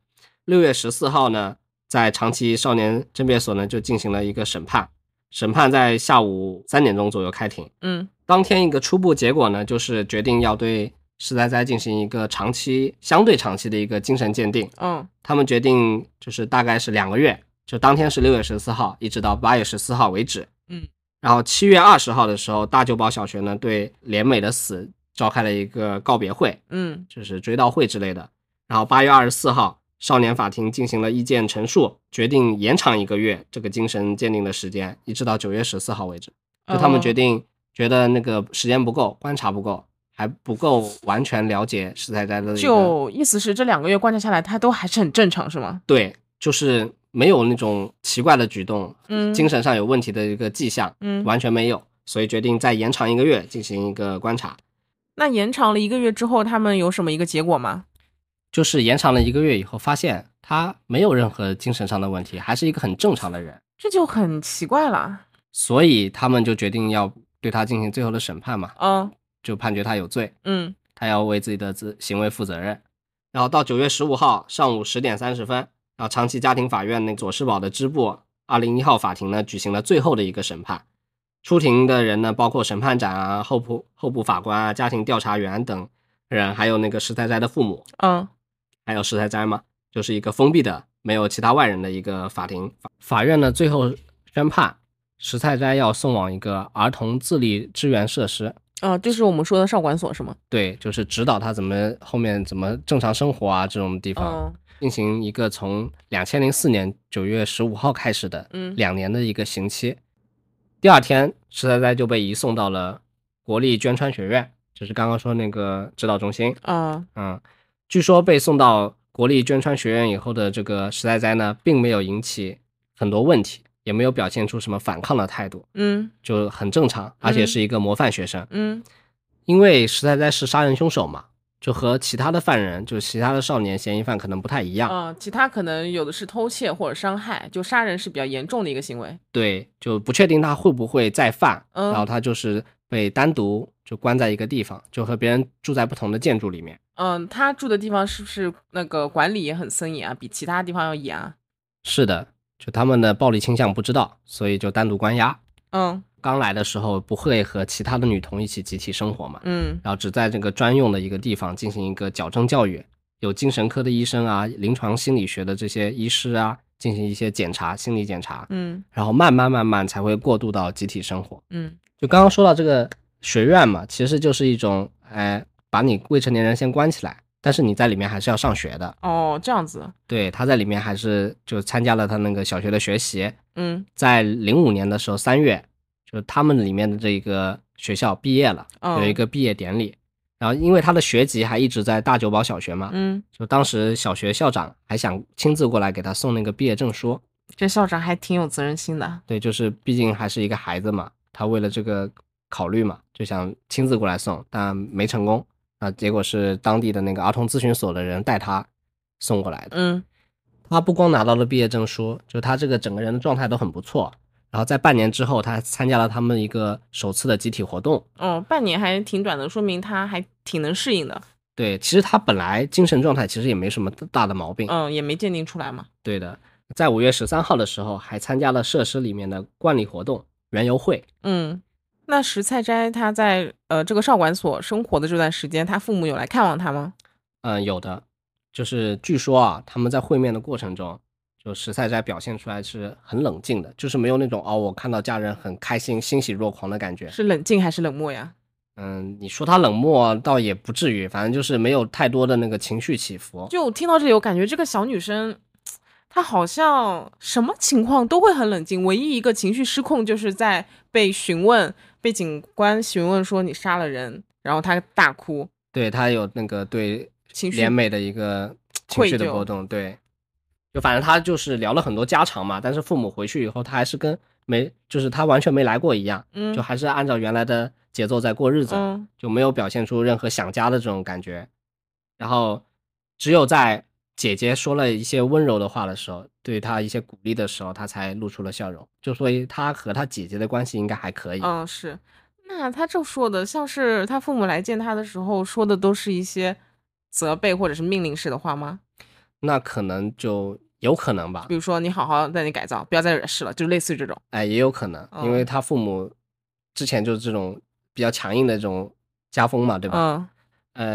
六、月十四号呢，在长崎少年甄别所呢就进行了一个审判，审判在下午三点钟左右开庭。
嗯
当天一个初步结果呢，就是决定要对石呆哉进行一个长期、相对长期的一个精神鉴定。
嗯
他们决定就是大概是两个月，就当天是六月十四号，一直到八月十四号为止。
嗯，
然后七月二十号的时候，大久保小学呢对连美的死召开了一个告别会，
嗯
就是追悼会之类的。然后八月二十四号，少年法庭进行了意见陈述，决定延长一个月这个精神鉴定的时间，一直到九月十四号为止。就他
哦
们决定觉得那个时间不够，观察不够，还不够完全了解石太斋的一个
就意思是这两个月观察下来，他都还是很正常，是吗？
对，就是没有那种奇怪的举动，
嗯
精神上有问题的一个迹象，
嗯，
完全没有，所以决定再延长一个月进行一个观察。
那延长了一个月之后，他们有什么一个结果吗？
就是延长了一个月以后，发现他没有任何精神上的问题，还是一个很正常的人，
这就很奇怪了。
所以他们就决定要对他进行最后的审判嘛，
嗯
就判决他有罪。
嗯
他要为自己的自行为负责任。然后到九月十五号上午十点三十分，然后长崎家庭法院那佐世保的支部二零一号法庭呢举行了最后的一个审判。出庭的人呢，包括审判长啊、候补候补法官啊、家庭调查员等人，还有那个石太斋的父母，
嗯
还有石太斋嘛，就是一个封闭的、没有其他外人的一个法庭。法法院呢最后宣判，石太斋要送往一个儿童自立支援设施。
啊，就是我们说的少管所是吗？
对，就是指导他怎么后面怎么正常生活啊这种地方，
嗯
进行一个从两千零四年九月十五号开始的
嗯
两年的一个刑期。第二天，石太斋就被移送到了国立捐川学院，就是刚刚说那个指导中心。
啊
嗯，据说被送到国立捐川学院以后的这个石太斋呢，并没有引起很多问题，也没有表现出什么反抗的态度，
嗯
就很正常，而且是一个模范学生。
嗯
因为石太斋是杀人凶手嘛，就和其他的犯人，就是其他的少年嫌疑犯可能不太一样。
啊，其他可能有的是偷窃或者伤害，就杀人是比较严重的一个行为。
对，就不确定他会不会再犯，
嗯
然后他就是被单独就关在一个地方，就和别人住在不同的建筑里面。
嗯，他住的地方是不是那个管理也很森严啊？比其他地方要严啊？
是的，就他们的暴力倾向不知道，所以就单独关押。
嗯
刚来的时候不会和其他的女童一起集体生活嘛，
嗯
然后只在这个专用的一个地方进行一个矫正教育，有精神科的医生啊、临床心理学的这些医师啊、进行一些检查，心理检查，
嗯
然后慢慢慢慢才会过渡到集体生活。
嗯
就刚刚说到这个学院嘛，其实就是一种，哎，把你未成年人先关起来，但是你在里面还是要上学的。
哦，这样子，
对，他在里面还是就参加了他那个小学的学习，
嗯
在零五年的时候三月，就他们里面的这个学校毕业了，
哦
有一个毕业典礼。然后因为他的学籍还一直在大久保小学嘛，
嗯，
就当时小学校长还想亲自过来给他送那个毕业证书，
这校长还挺有责任心的，
对，就是毕竟还是一个孩子嘛，他为了这个考虑嘛，就想亲自过来送，但没成功啊。结果是当地的那个儿童咨询所的人带他送过来的。
嗯
他不光拿到了毕业证书，就他这个整个人的状态都很不错。然后在半年之后，他还参加了他们一个首次的集体活动。
哦，半年还挺短的，说明他还挺能适应的，
对，其实他本来精神状态其实也没什么大的毛病。
嗯，也没鉴定出来嘛，
对的，在五月十三号的时候，还参加了设施里面的惯例活动园游会。
嗯。那石菜斋他在呃这个少管所生活的这段时间，他父母有来看望他吗？
嗯，有的，就是据说啊，他们在会面的过程中，就石菜斋表现出来是很冷静的，就是没有那种哦，我看到家人很开心、欣喜若狂的感觉。
是冷静还是冷漠呀？
嗯，你说他冷漠倒也不至于，反正就是没有太多的那个情绪起伏。
就我听到这里，我感觉这个小女生，她好像什么情况都会很冷静，唯一一个情绪失控就是在被询问，被警官询问说你杀了人，然后她大哭，
对他有那个对
情绪
联美的一个情
愧
绪的
疚
波动，对，就反正他就是聊了很多家常嘛，但是父母回去以后，他还是跟没，就是他完全没来过一样，
嗯
就还是按照原来的节奏在过日子。
嗯
就没有表现出任何想家的这种感觉。然后，只有在姐姐说了一些温柔的话的时候，对她一些鼓励的时候，她才露出了笑容。就所以，她和她姐姐的关系应该还可以。
嗯是。那她这说的像是她父母来见她的时候说的都是一些责备或者是命令式的话吗？
那可能就有可能吧
比，如说你好好在你改造，不要再惹事了，就类似于这种。
哎，也有可能，因为她父母之前就是这种比较强硬的这种家风嘛，对吧？
嗯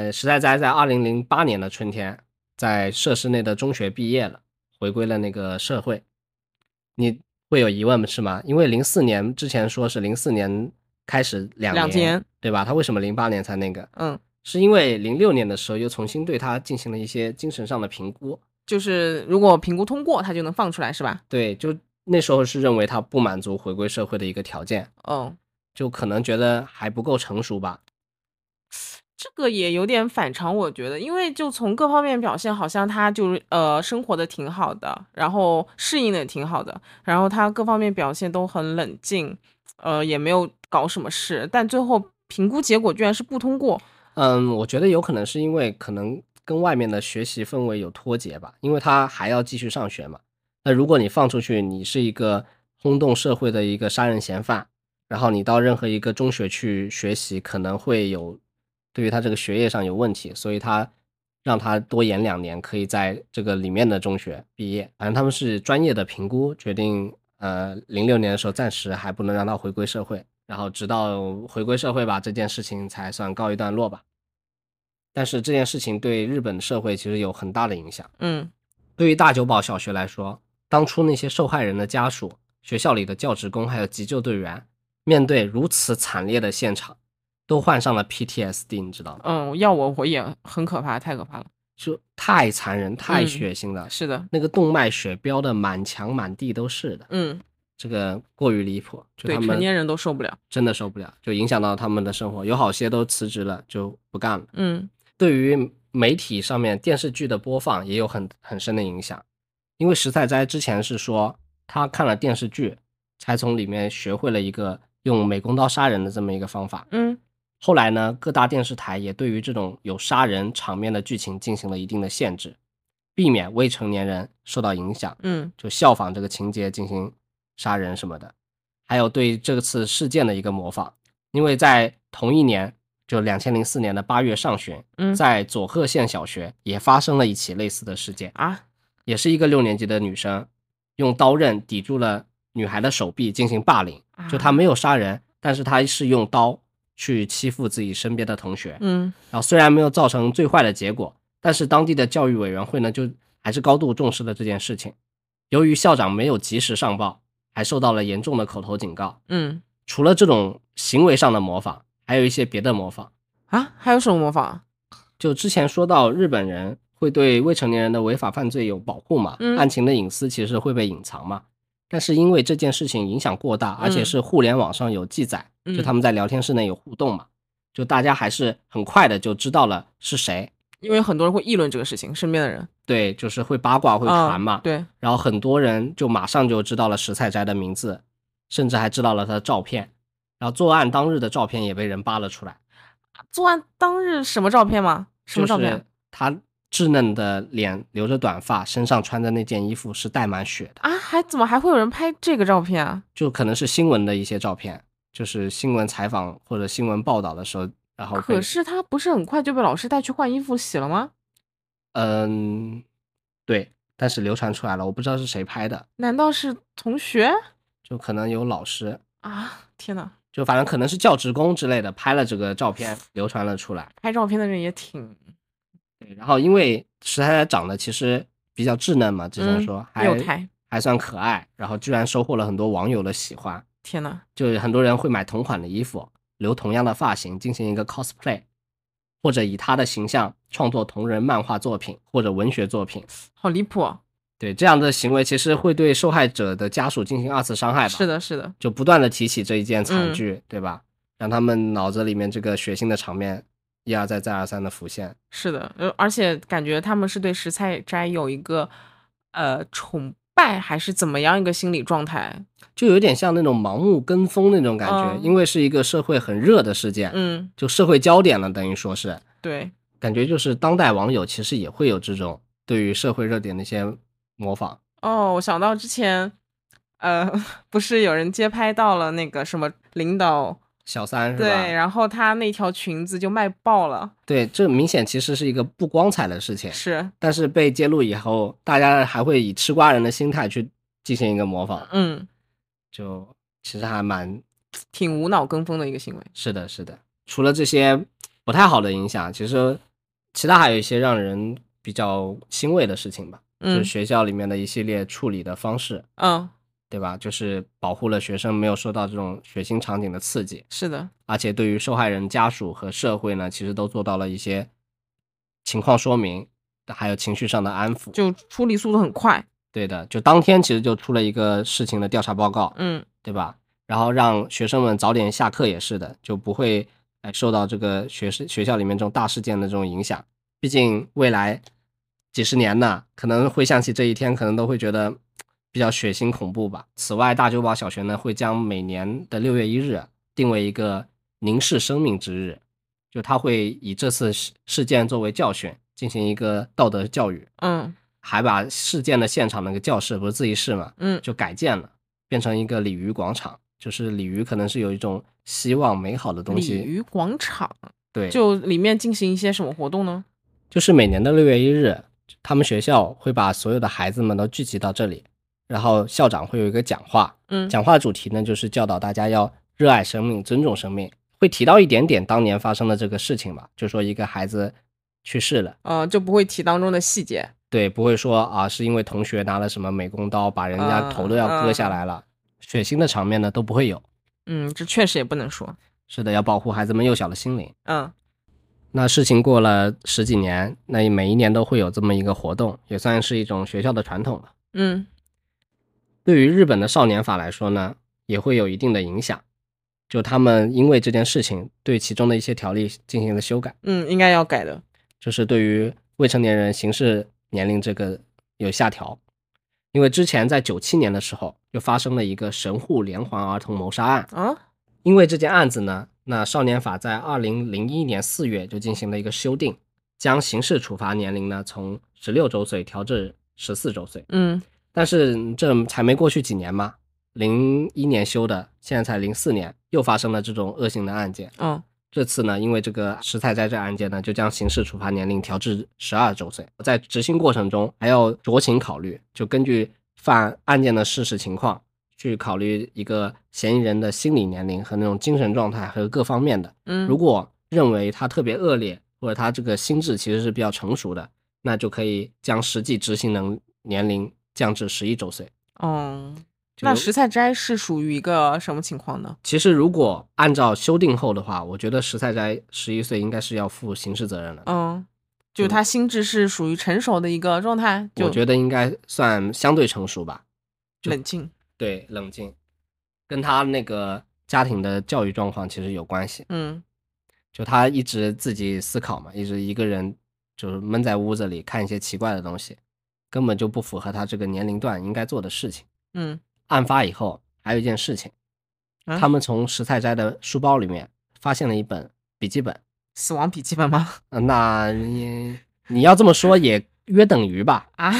呃，石在哉在二零零八年的春天，在设施内的中学毕业了，回归了那个社会。你会有疑问是吗？因为零四年之前说是零四年开始两
两
年
年，
对吧？他为什么零八年才那个？
嗯，
是因为零六年的时候又重新对他进行了一些精神上的评估，
就是如果评估通过，她就能放出来是吧？
对，就那时候是认为他不满足回归社会的一个条件，
嗯。
就可能觉得还不够成熟吧。
这个也有点反常，我觉得，因为就从各方面表现，好像他就是呃生活的挺好的，然后适应的也挺好的，然后他各方面表现都很冷静，呃也没有搞什么事，但最后评估结果居然是不通过。
嗯，我觉得有可能是因为可能跟外面的学习氛围有脱节吧，因为他还要继续上学嘛。那如果你放出去，你是一个轰动社会的一个杀人嫌犯，然后你到任何一个中学去学习，可能会有对于他这个学业上有问题，所以他让他多延两年，可以在这个里面的中学毕业。反正他们是专业的评估决定，呃，零六年的时候暂时还不能让他回归社会，然后直到回归社会吧，这件事情才算告一段落吧。但是这件事情对日本社会其实有很大的影响。
嗯
对于大久保小学来说，当初那些受害人的家属、学校里的教职工还有急救队员，面对如此惨烈的现场，都患上了 PTSD，你知道吗？
嗯，要我我也很可怕，太可怕了。
就太残忍、太
嗯
血腥了，
是的，
那个动脉血飙的满墙满地都是的，
嗯，
这个过于离谱，就
对，
他
成
们
年人都受不了。
真的受不了，就影响到他们的生活，有好些都辞职了，就不干了。
嗯
对于媒体上面电视剧的播放也有很很深的影响，因为石菜斋之前是说他看了电视剧，才从里面学会了一个用美工刀杀人的这么一个方法。
嗯
后来呢，各大电视台也对于这种有杀人场面的剧情进行了一定的限制，避免未成年人受到影响，
嗯
就效仿这个情节进行杀人什么的，还有对这次事件的一个模仿，因为在同一年，就两千零四年的八月上旬，
嗯
在佐贺县小学也发生了一起类似的事件，
啊，
也是一个六年级的女生用刀刃抵住了女孩的手臂进行霸凌，
啊
就她没有杀人，但是她是用刀去欺负自己身边的同学，
嗯
然后啊虽然没有造成最坏的结果，但是当地的教育委员会呢就还是高度重视了这件事情，由于校长没有及时上报，还受到了严重的口头警告。
嗯
除了这种行为上的模仿，还有一些别的模仿。
啊，还有什么模仿？
就之前说到，日本人会对未成年人的违法犯罪有保护嘛，
嗯
案情的隐私其实会被隐藏嘛。但是因为这件事情影响过大，而且
嗯
是互联网上有记载，
嗯
就他们在聊天室内有互动嘛，就大家还是很快的就知道了是谁。
因为很多人会议论这个事情，身边的人
对，就是会八卦会
啊
传嘛，
对，
然后很多人就马上就知道了石菜斋的名字，甚至还知道了他的照片，然后作案当日的照片也被人扒了出来，
作案当日什么照片吗？什么照
就
片
是？他稚嫩的脸，留着短发，身上穿的那件衣服是带满血的，
啊，还怎么还会有人拍这个照片啊？
就可能是新闻的一些照片，就是新闻采访或者新闻报道的时候，然后被
可是他不是很快就被老师带去换衣服洗了吗？
嗯，对，但是流传出来了，我不知道是谁拍的，
难道是同学
就可能有老师，
啊？天哪，
就反正可能是教职工之类的拍了这个照 片流传了出来。
拍照片的人也挺
对，然后因为石太太长得其实比较稚嫩嘛，之前
嗯
说、
幼
还
态。
还算可爱，然后居然收获了很多网友的喜欢，
天哪，
就是很多人会买同款的衣服，留同样的发型进行一个 cosplay，或者以她的形象创作同人漫画作品或者文学作品。
好离谱、啊！
对这样的行为，其实会对受害者的家属进行二次伤害吧？
是，的，是的，
就不断的提起这一件惨
嗯
剧，对吧？让他们脑子里面这个血腥的场面一而再再而三的浮现。
是的，呃，而且感觉他们是对石菜斋有一个呃崇拜还是怎么样一个心理状态？
就有点像那种盲目跟风那种感觉，
嗯
因为是一个社会很热的事件，
嗯，
就社会焦点了，等于说是
对，
感觉就是当代网友其实也会有这种对于社会热点的一些模仿，
哦，我想到之前，呃， 不是有人街拍到了那个什么领导，
小三是
对，
吧？
然后他那条裙子就卖爆了，
对，这明显其实是一个不光彩的事情，
是，
但是被揭露以后，大家还会以吃瓜人的心态去进行一个模仿，
嗯，
就其实还蛮
挺无脑跟风的一个行为。
是的，是的。除了这些不太好的影响，其实其他还有一些让人比较欣慰的事情吧。就是
嗯
学校里面的一系列处理的方式，
嗯，
对吧？就是保护了学生没有受到这种血腥场景的刺激，
是的，
而且对于受害人家属和社会呢，其实都做到了一些情况说明，还有情绪上的安抚。
就处理速度很快。
对的，就当天其实就出了一个事情的调查报告，
嗯，
对吧？然后让学生们早点下课也是的，就不会呃受到这个学生学校里面这种大事件的这种影响。毕竟未来几十年呢，可能回想起这一天，可能都会觉得嘖比较血腥恐怖吧。此外，大久保小学呢会将每年的六月一日定为一个凝视生命之日，就他会以这次事事件作为教训，进行一个道德教育，
嗯
还把事件的现场那个教室不是自习室嘛，
嗯，
就改建了，变成一个鲤鱼广场。就是鲤鱼可能是有一种希望美好的东
鲤
西，
鱼广场
对，
就里面进行一些什么活动呢？
就是每年的六月一日，他们学校会把所有的孩子们都聚集到这里，然后校长会有一个讲话，
嗯，
讲话主题呢就是教导大家要热爱生命、尊重生命，会提到一点点当年发生的这个事情嘛，就说一个孩子去世了，
呃，就不会提当中的细节。
对，不会说啊是因为同学拿了什么美工刀把人
嗯
家头都要割下来了，血腥的场面呢都不会有。
嗯，这确实也不能说。
是的，要保护孩子们幼小的心灵。
嗯
那事情过了十几年，那每一年都会有这么一个活动，也算是一种学校的传统了。
嗯
对于日本的少年法来说呢，也会有一定的影响。就他们因为这件事情，对其中的一些条例进行了修改，
嗯，应该要改的。
就是对于未成年人刑事年龄这个有下调。因为之前在九七年的时候，就发生了一个神户连环儿童谋杀案，
啊，
因为这件案子呢，那少年法在二零零一年四月就进行了一个修订，将刑事处罚年龄呢从十六周岁调至十四周岁。
嗯
但是这才没过去几年嘛，零一年修的，现在才零四年，又发生了这种恶性的案件。
嗯
这次呢，因为这个石材斋这案件呢，就将刑事处罚年龄调至十二周岁，在执行过程中还要酌情考虑，就根据犯案件的事实情况去考虑一个嫌疑人的心理年龄和那种精神状态和各方面的。
嗯，
如果认为他特别恶劣，或者他这个心智其实是比较成熟的，那就可以将实际执行能年龄降至十一周岁。
哦，
就
那
有
食菜斋是属于一个什么情况呢？
其实如果按照修订后的话，我觉得石菜斋十一岁应该是要负刑事责任了。
嗯，就是
嗯
他心智是属于成熟的一个状态，就
我觉得应该算相对成熟吧，就
冷静。
对，冷静，跟他那个家庭的教育状况其实有关系。
嗯
就他一直自己思考嘛，一直一个人就是闷在屋子里看一些奇怪的东西，根本就不符合他这个年龄段应该做的事情。
嗯
案发以后，还有一件事情，
啊
他们从石菜斋的书包里面发现了一本笔记本。
死亡笔记本吗？
呃那你你要这么说也约等于吧？
啊，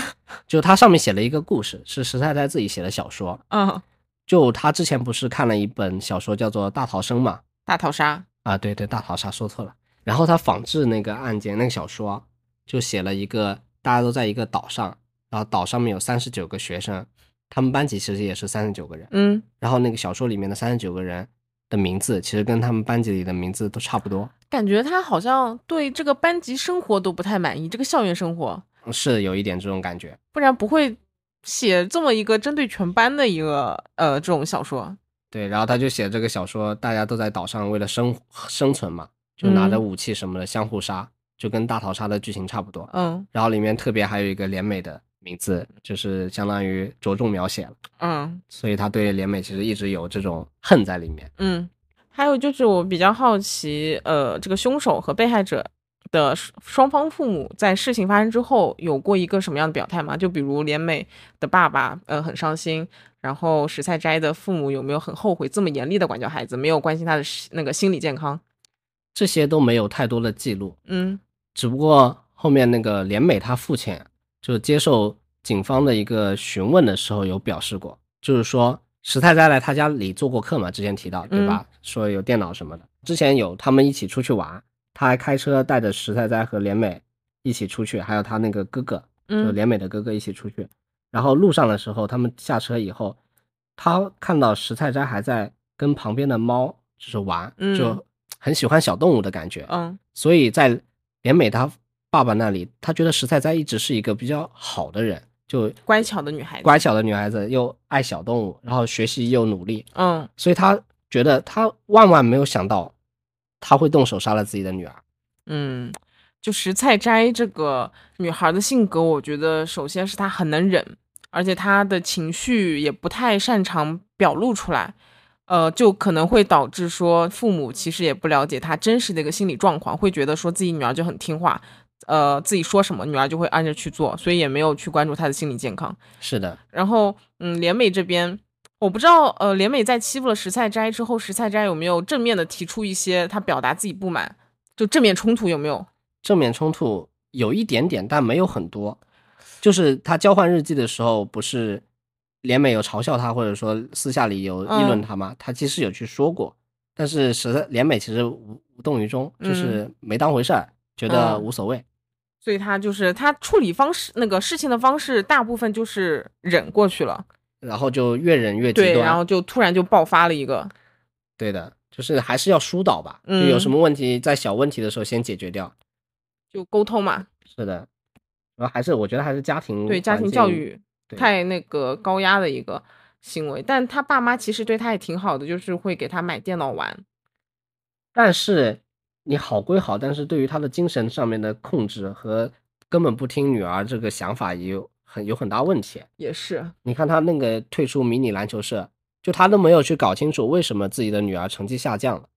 就它上面写了一个故事，是石太太自己写的小说。
嗯，
就他之前不是看了一本小说叫做《大逃生》嘛？
大逃杀。
啊，对对，大逃杀说错了。然后他仿制那个案件，那个小说就写了一个大家都在一个岛上，然后岛上面有三十九个学生，他们班级其实也是三十九个人。
嗯，
然后那个小说里面的三十九个人的名字，其实跟他们班级里的名字都差不多，
感觉他好像对这个班级生活都不太满意，这个校园生活，
是有一点这种感觉。
不然不会写这么一个针对全班的一个呃这种小说。
对，然后他就写这个小说，大家都在岛上为了生生存嘛，就拿着
嗯
武器什么的相互杀，就跟大逃杀的剧情差不多。
嗯
然后里面特别还有一个连美的名字，就是相当于着重描写了，
嗯
所以他对连美其实一直有这种恨在里面。
嗯。还有就是我比较好奇，呃，这个凶手和被害者的双双方父母在事情发生之后有过一个什么样的表态吗？就比如连美的爸爸，呃，很伤心。然后石菜斋的父母有没有很后悔这么严厉的管教孩子，没有关心他的心那个心理健康？
这些都没有太多的记录，
嗯
只不过后面那个连美她父亲就接受警方的一个询问的时候有表示过，就是说石太太来他家里做过客嘛，之前提到对吧？说有电脑什么的，之前有他们一起出去玩，他还开车带着石太太和连美一起出去，还有他那个哥哥，就
嗯
连美的哥哥一起出去。然后路上的时候，他们下车以后，他看到石菜斋还在跟旁边的猫就是玩，
嗯
就很喜欢小动物的感觉。
嗯
所以在连美她爸爸那里，他觉得石菜斋一直是一个比较好的人，就
乖巧的女孩子
乖巧的女孩子，又爱小动物，然后学习又努力，
嗯
所以他觉得他万万没有想到他会动手杀了自己的女儿。
嗯，就石菜斋这个女孩的性格，我觉得首先是她很能忍，而且她的情绪也不太擅长表露出来，呃，就可能会导致说父母其实也不了解她真实的一个心理状况，会觉得说自己女儿就很听话，呃，自己说什么女儿就会按着去做，所以也没有去关注她的心理健康。
是的，
然后，嗯，连美这边，我不知道，呃，连美在欺负了石菜斋之后，石菜斋有没有正面的提出一些她表达自己不满，就正面冲突有没有？
正面冲突有一点点，但没有很多。就是他交换日记的时候，不是连美有嘲笑他，或者说私下里有议论
嗯
他吗？他其实有去说过，但是实在连美其实无无动于衷，就是没当回事儿，觉得
嗯
无所谓。
所以她就是她处理方式，那个事情的方式，大部分就是忍过去了，
然后就越忍越极
对，然
端。
后就突然就爆发了一个，
对的，就是还是要疏导吧，就
嗯
有什么问题在小问题的时候先解决掉。
就沟通嘛，
是的，然后还是我觉得还是家庭
对家
嗯环
庭
境
教育
对
太那个高压的一个行为。但她爸妈其实对她也挺好的，就是会给她买电脑玩，
但是你好归好，但是对于他的精神上面的控制和根本不听女儿这个想法也有很有很大问题。
也是，
你看他那个退出迷你篮球社，就他都没有去搞清楚为什么自己的女儿成绩下降了，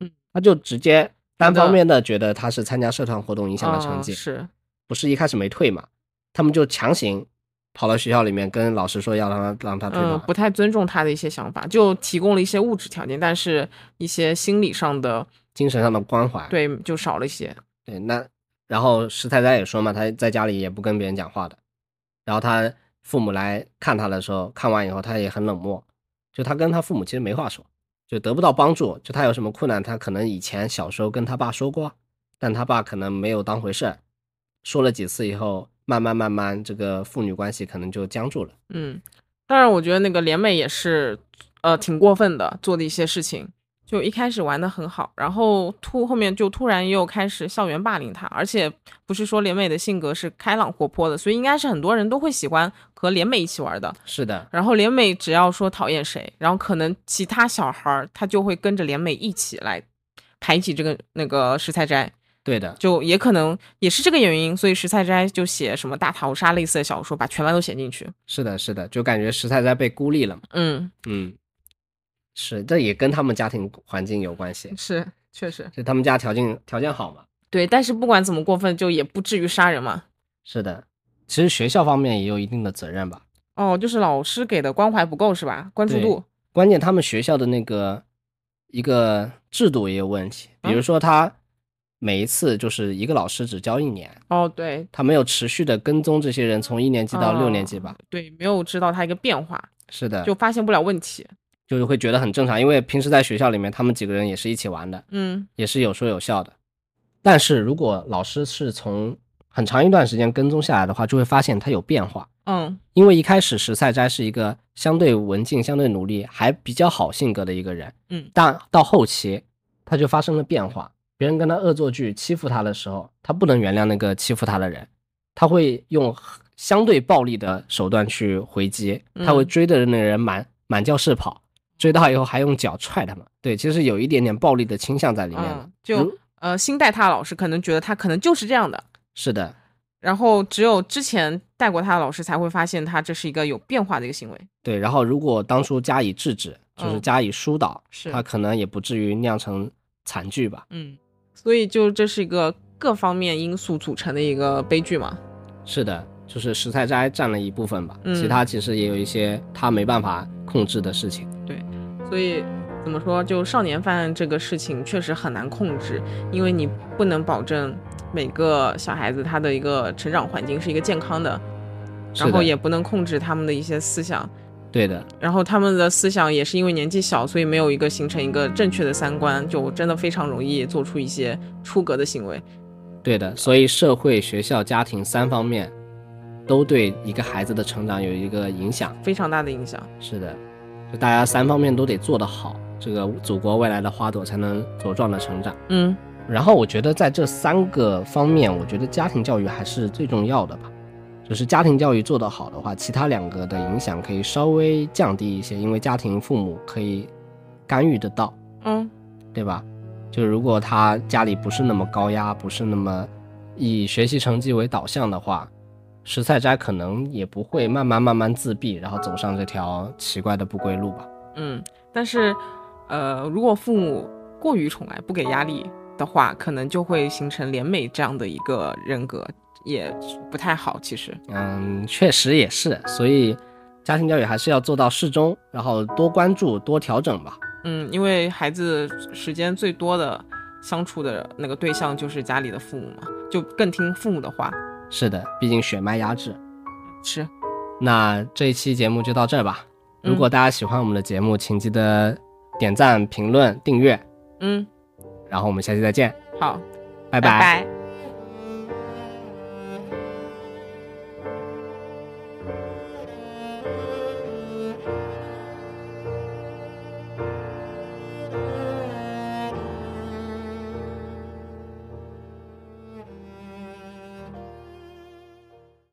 嗯，
他就直接单
的
方面的觉得他是参加社团活动影响了成
嗯
绩，
是，
不是一开始没退嘛，他们就强行跑到学校里面跟老师说要让他让他退
嗯，
嘛，
不太尊重他的一些想法，就提供了一些物质条件，但是一些心理上的
精神上的关怀，
对就少了一些。
对，那然后石太太也说嘛，她在家里也不跟别人讲话的。然后她父母来看她的时候，看完以后她也很冷漠，就她跟她父母其实没话说，就得不到帮助。就她有什么困难，她可能以前小时候跟她爸说过，但她爸可能没有当回事儿。说了几次以后，慢慢慢慢，这个父女关系可能就僵住了。
嗯，当然，我觉得那个连美也是，呃，挺过分的，做的一些事情，就一开始玩的很好，然后突后面就突然又开始校园霸凌他，而且不是说莲美的性格是开朗活泼的，所以应该是很多人都会喜欢和莲美一起玩的。
是的，
然后莲美只要说讨厌谁，然后可能其他小孩儿他就会跟着莲美一起来排挤这个那个石菜斋，
对的，
就也可能也是这个原因，所以石菜斋就写什么大逃杀类似的小说，把全班都写进去。
是的，是的，就感觉石太斋被孤立了嘛。
嗯，
嗯，是，这也跟他们家庭环境有关系，
是，确实
就他们家条件条件好嘛。
对，但是不管怎么过分，就也不至于杀人嘛。
是的，其实学校方面也有一定的责任吧。
哦，就是老师给的关怀不够是吧？关注
对
度，
关键他们学校的那个一个制度也有问题，比
嗯
如说他每一次就是一个老师只教一年，
哦，对
他没有持续的跟踪这些人，从一年级到
哦
六年级吧。
对，没有知道他一个变化，
是的，
就发现不了问题。
就是会觉得很正常，因为平时在学校里面，他们几个人也是一起玩的，
嗯，
也是有说有笑的。但是如果老师是从很长一段时间跟踪下来的话，就会发现他有变化。
嗯，
因为一开始石菜斋是一个相对文静、相对努力、还比较好性格的一个人，
嗯
但到后期他就发生了变化。别人跟他恶作剧、欺负他的时候，他不能原谅那个欺负他的人，他会用相对暴力的手段去回击，
嗯
他会追着那个人满满教室跑，追到以后还用脚踹他们。对，其实有一点点暴力的倾向在里面的。
嗯，就
如
呃，新带他的老师可能觉得他可能就是这样的，
是的，
然后只有之前带过他的老师才会发现他这是一个有变化的一个行为。
对。然后如果当初加以制止，就是
嗯
加以疏导，
是
他可能也不至于酿成惨剧吧。
嗯，所以就这是一个各方面因素组成的一个悲剧嘛。
是的，就是石菜斋占了一部分吧，
嗯
其他其实也有一些他没办法控制的事情。
所以怎么说，就少年犯这个事情确实很难控制，因为你不能保证每个小孩子他的一个成长环境是一个健康的，
是
然后
的
也不能控制他们的一些思想，
对的，
然后他们的思想也是因为年纪小，所以没有一个形成一个正确的三观，就真的非常容易做出一些出格的行为。
对的，所以社会、学校、家庭三方面都对一个孩子的成长有一个影响。
非常大的影响，
是的，就大家三方面都得做得好，这个祖国未来的花朵才能茁壮的成长。
嗯，
然后我觉得在这三个方面，我觉得家庭教育还是最重要的吧。就是家庭教育做得好的话，其他两个的影响可以稍微降低一些，因为家庭父母可以干预得到，
嗯，
对吧？就如果他家里不是那么高压，不是那么以学习成绩为导向的话，石菜斋可能也不会慢慢慢慢自闭，然后走上这条奇怪的不归路吧。
嗯，但是，呃，如果父母过于宠爱，不给压力的话，可能就会形成连美这样的一个人格，也不太好。其实，
嗯，确实也是，所以家庭教育还是要做到适中，然后多关注、多调整吧。
嗯，因为孩子时间最多的相处的那个对象就是家里的父母嘛，就更听父母的话。
是的，毕竟血脉压制。
是，
那这一期节目就到这儿吧。如
嗯
果大家喜欢我们的节目，请记得点赞、评论、订阅，
嗯，
然后我们下期再见，
好，
拜
拜